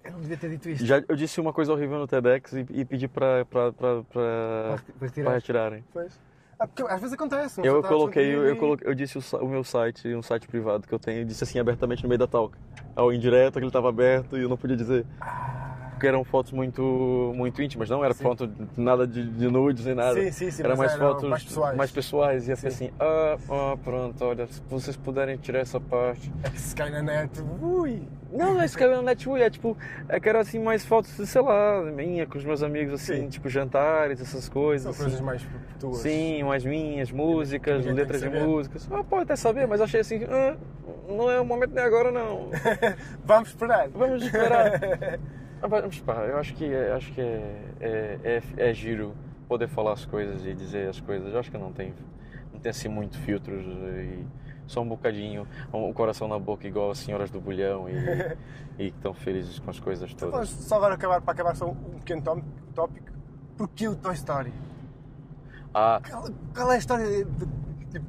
Speaker 1: eu não devia ter dito isto.
Speaker 2: Já, eu disse uma coisa horrível no TEDx e, e pedi pra, pra, pra, pra,
Speaker 1: Para- para tirar.
Speaker 2: pra retirarem.
Speaker 1: Pois. Ah, porque às vezes acontece. uma pessoa
Speaker 2: Eu
Speaker 1: está
Speaker 2: coloquei, eu,
Speaker 1: descontraída
Speaker 2: eu, coloquei, eu disse o, sa- o meu site, um site privado que eu tenho, eu disse assim abertamente no meio da talk. Ao indireto, que ele tava aberto e eu não podia dizer.
Speaker 1: Ah.
Speaker 2: Porque eram fotos muito, muito íntimas, não era foto de- nada de, de nudes nem nada.
Speaker 1: Sim, sim, sim,
Speaker 2: Era
Speaker 1: mas
Speaker 2: mais
Speaker 1: eram
Speaker 2: fotos
Speaker 1: mais pessoais.
Speaker 2: pessoais, E assim, assim, ah, ah, pronto, olha, se vocês puderem tirar essa parte.
Speaker 1: É que se cai na net, ui.
Speaker 2: Não, não, isso caiu na Netwheel, é tipo, é que era assim mais fotos, sei lá, minha, com os meus amigos, assim,
Speaker 1: Sim.
Speaker 2: tipo jantares, essas coisas.
Speaker 1: São
Speaker 2: assim.
Speaker 1: coisas mais tuas.
Speaker 2: Sim, umas minhas músicas,
Speaker 1: Ninguém tem
Speaker 2: letras
Speaker 1: que
Speaker 2: de
Speaker 1: saber.
Speaker 2: músicas. Ah, pode até saber, mas achei assim, ah, não é o momento nem agora não.
Speaker 1: Vamos esperar.
Speaker 2: Vamos esperar. Ah, Vamos esperar, eu acho que, é- acho que é, é, é- é giro poder falar as coisas e dizer as coisas. Eu acho que não tem, não tem assim muito filtros e só um bocadinho, o um coração na boca igual as senhoras do bulhão e, e que estão felizes com as coisas
Speaker 1: Então
Speaker 2: todas.
Speaker 1: vamos só agora acabar para acabar só um pequeno tó- tópico. Porquê o Toy Story?
Speaker 2: Ah,
Speaker 1: Qual, qual é a história de- tipo,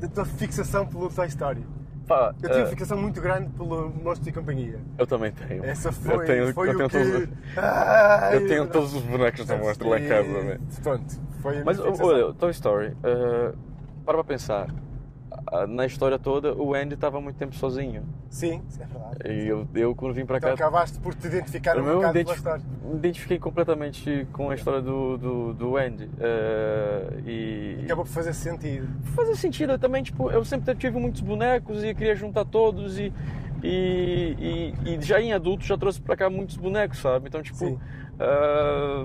Speaker 1: da tua fixação pelo Toy Story?
Speaker 2: pá,
Speaker 1: Eu tenho
Speaker 2: ah,
Speaker 1: uma fixação muito grande pelo Monstro e Companhia.
Speaker 2: eu também tenho.
Speaker 1: Essa foi,
Speaker 2: eu tenho,
Speaker 1: foi
Speaker 2: eu
Speaker 1: o
Speaker 2: tenho todos-
Speaker 1: que... Ai,
Speaker 2: Eu tenho todos os bonecos da mostra lá em casa, né?
Speaker 1: Pronto, foi a
Speaker 2: Mas,
Speaker 1: minha fixação.
Speaker 2: olha, Toy Story, eh, para pra pensar. Ah, Na história toda, o Andy tava muito tempo sozinho.
Speaker 1: Sim, isso é verdade.
Speaker 2: E eu, eu quando vim pra
Speaker 1: Então
Speaker 2: cá.
Speaker 1: acabaste por te identificar
Speaker 2: eu
Speaker 1: um
Speaker 2: me
Speaker 1: bocado
Speaker 2: identif-
Speaker 1: pela história.
Speaker 2: me identifiquei completamente com a história do, do, do Andy. eh, e.
Speaker 1: Acabou por fazer sentido.
Speaker 2: Fazia sentido, eu também, tipo, eu sempre tive muitos bonecos e queria juntar todos e. E, e- e já em adulto já trouxe pra cá muitos bonecos, sabe? Então, tipo.
Speaker 1: Sim.
Speaker 2: ah,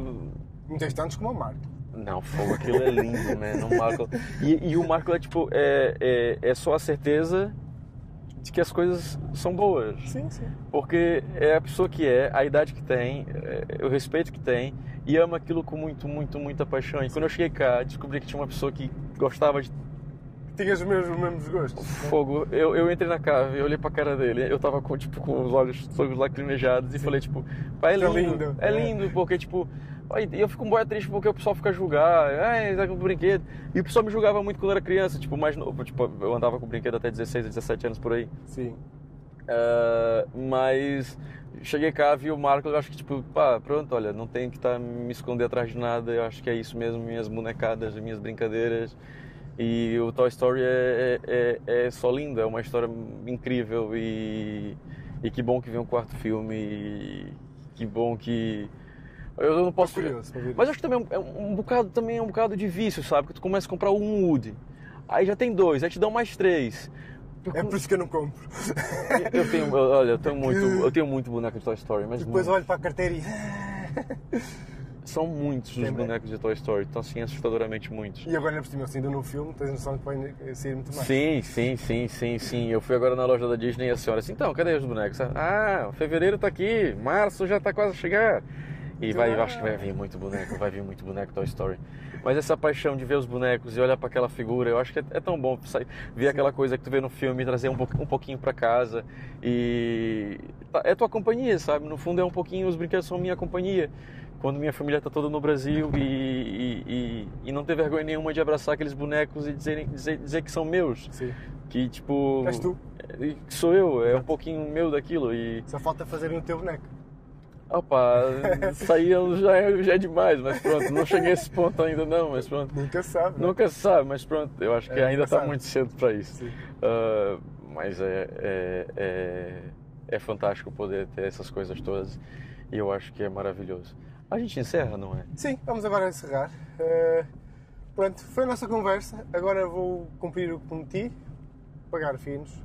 Speaker 1: Muitas tantos como o Marco.
Speaker 2: Não, fogo, aquilo é lindo, né? O Marco... e, e o Marco é tipo, é, é, é só a certeza de que as coisas são boas.
Speaker 1: Sim, sim.
Speaker 2: Porque é a pessoa que é, a idade que tem, é, o respeito que tem e ama aquilo com muito, muito, muita paixão. E quando eu cheguei cá, descobri que tinha uma pessoa que gostava de
Speaker 1: Tinhas os mesmos, os mesmos gostos.
Speaker 2: fogo. Eu, eu entrei na cave, eu olhei pra cara dele, eu tava com, tipo, com os olhos todos lacrimejados e falei, tipo, pai, é
Speaker 1: Tá
Speaker 2: lindo.
Speaker 1: lindo.
Speaker 2: É
Speaker 1: É.
Speaker 2: lindo, porque, tipo, ai, e eu fico um boia triste porque o pessoal fica a julgar, ai, tá com brinquedo. E o pessoal me julgava muito quando eu era criança, tipo, mais novo, tipo, eu andava com brinquedo até 16, 17 anos por aí.
Speaker 1: Sim.
Speaker 2: Ah, mas cheguei cá, vi o Marco, eu acho que tipo, pá, pronto, olha, não tem que estar me esconder atrás de nada, eu acho que é isso mesmo, minhas bonecadas, minhas brincadeiras. E o Toy Story é, é, é- é só lindo, é uma história incrível e, e que bom que vem um quarto filme e que bom que. Eu não posso.
Speaker 1: Estou curioso para ver.
Speaker 2: Mas acho que também é um, um bocado, também é um bocado de vício, sabe? Que tu começa a comprar um Woody, aí já tem dois, aí te dão mais três.
Speaker 1: É por isso que eu não compro.
Speaker 2: Eu tenho, eu- olha, eu tenho muito, eu tenho muito boneco de Toy Story, mas
Speaker 1: Depois
Speaker 2: muito.
Speaker 1: olho para a carteira e.
Speaker 2: são muitos os
Speaker 1: Tem-
Speaker 2: bonecos de Toy Story, então assim, assustadoramente muitos.
Speaker 1: E agora, ainda por cima, assim, ainda no filme, tens noção que vai sair muito mais.
Speaker 2: Sim, sim, sim, sim, sim. Eu fui agora na loja da Disney e a senhora assim, então, cadê os bonecos? Ah, fevereiro tá aqui, março já tá quase a chegar. E vai, eu acho que vai vir muito boneco, vai vir muito boneco Toy Story. Mas essa paixão de ver os bonecos e olhar para aquela figura, eu acho que é, é tão bom sair, ver aquela coisa que tu vê no filme e trazer um, pouqu- um pouquinho para casa. E tá- é tua companhia, sabe? No fundo é um pouquinho, os brinquedos são minha companhia. Quando minha família tá toda no Brasil e, e, e- e não ter vergonha nenhuma de abraçar aqueles bonecos e dizerem- dizer, dizer que são meus.
Speaker 1: Sim.
Speaker 2: Que tipo.
Speaker 1: És tu.
Speaker 2: é, que Sou eu, é um pouquinho meu daquilo. E.
Speaker 1: Só falta fazerem o teu boneco.
Speaker 2: Opa, sair eu já é, já é demais, mas pronto, não cheguei a esse ponto ainda não, mas pronto.
Speaker 1: Nunca se sabe. não é?
Speaker 2: Nunca se sabe, mas pronto, eu acho que
Speaker 1: É,
Speaker 2: ainda
Speaker 1: nunca
Speaker 2: está
Speaker 1: sabe.
Speaker 2: muito cedo para isso.
Speaker 1: Sim.
Speaker 2: Ah, mas é, é, é, é fantástico poder ter essas coisas todas e eu acho que é maravilhoso. A gente encerra, não é?
Speaker 1: Sim, vamos agora encerrar. Eh, pronto, foi a nossa conversa. Agora vou cumprir o que prometi, pagar finos.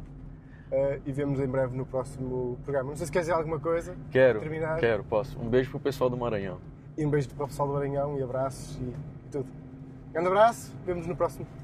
Speaker 1: eh, e vemos em breve no próximo programa. Não sei se queres dizer alguma coisa.
Speaker 2: Quero,
Speaker 1: Terminar.
Speaker 2: quero, posso. Um beijo pro pessoal do Maranhão.
Speaker 1: E um beijo para o pessoal do Maranhão e abraços e tudo. Grande abraço, vemos no próximo.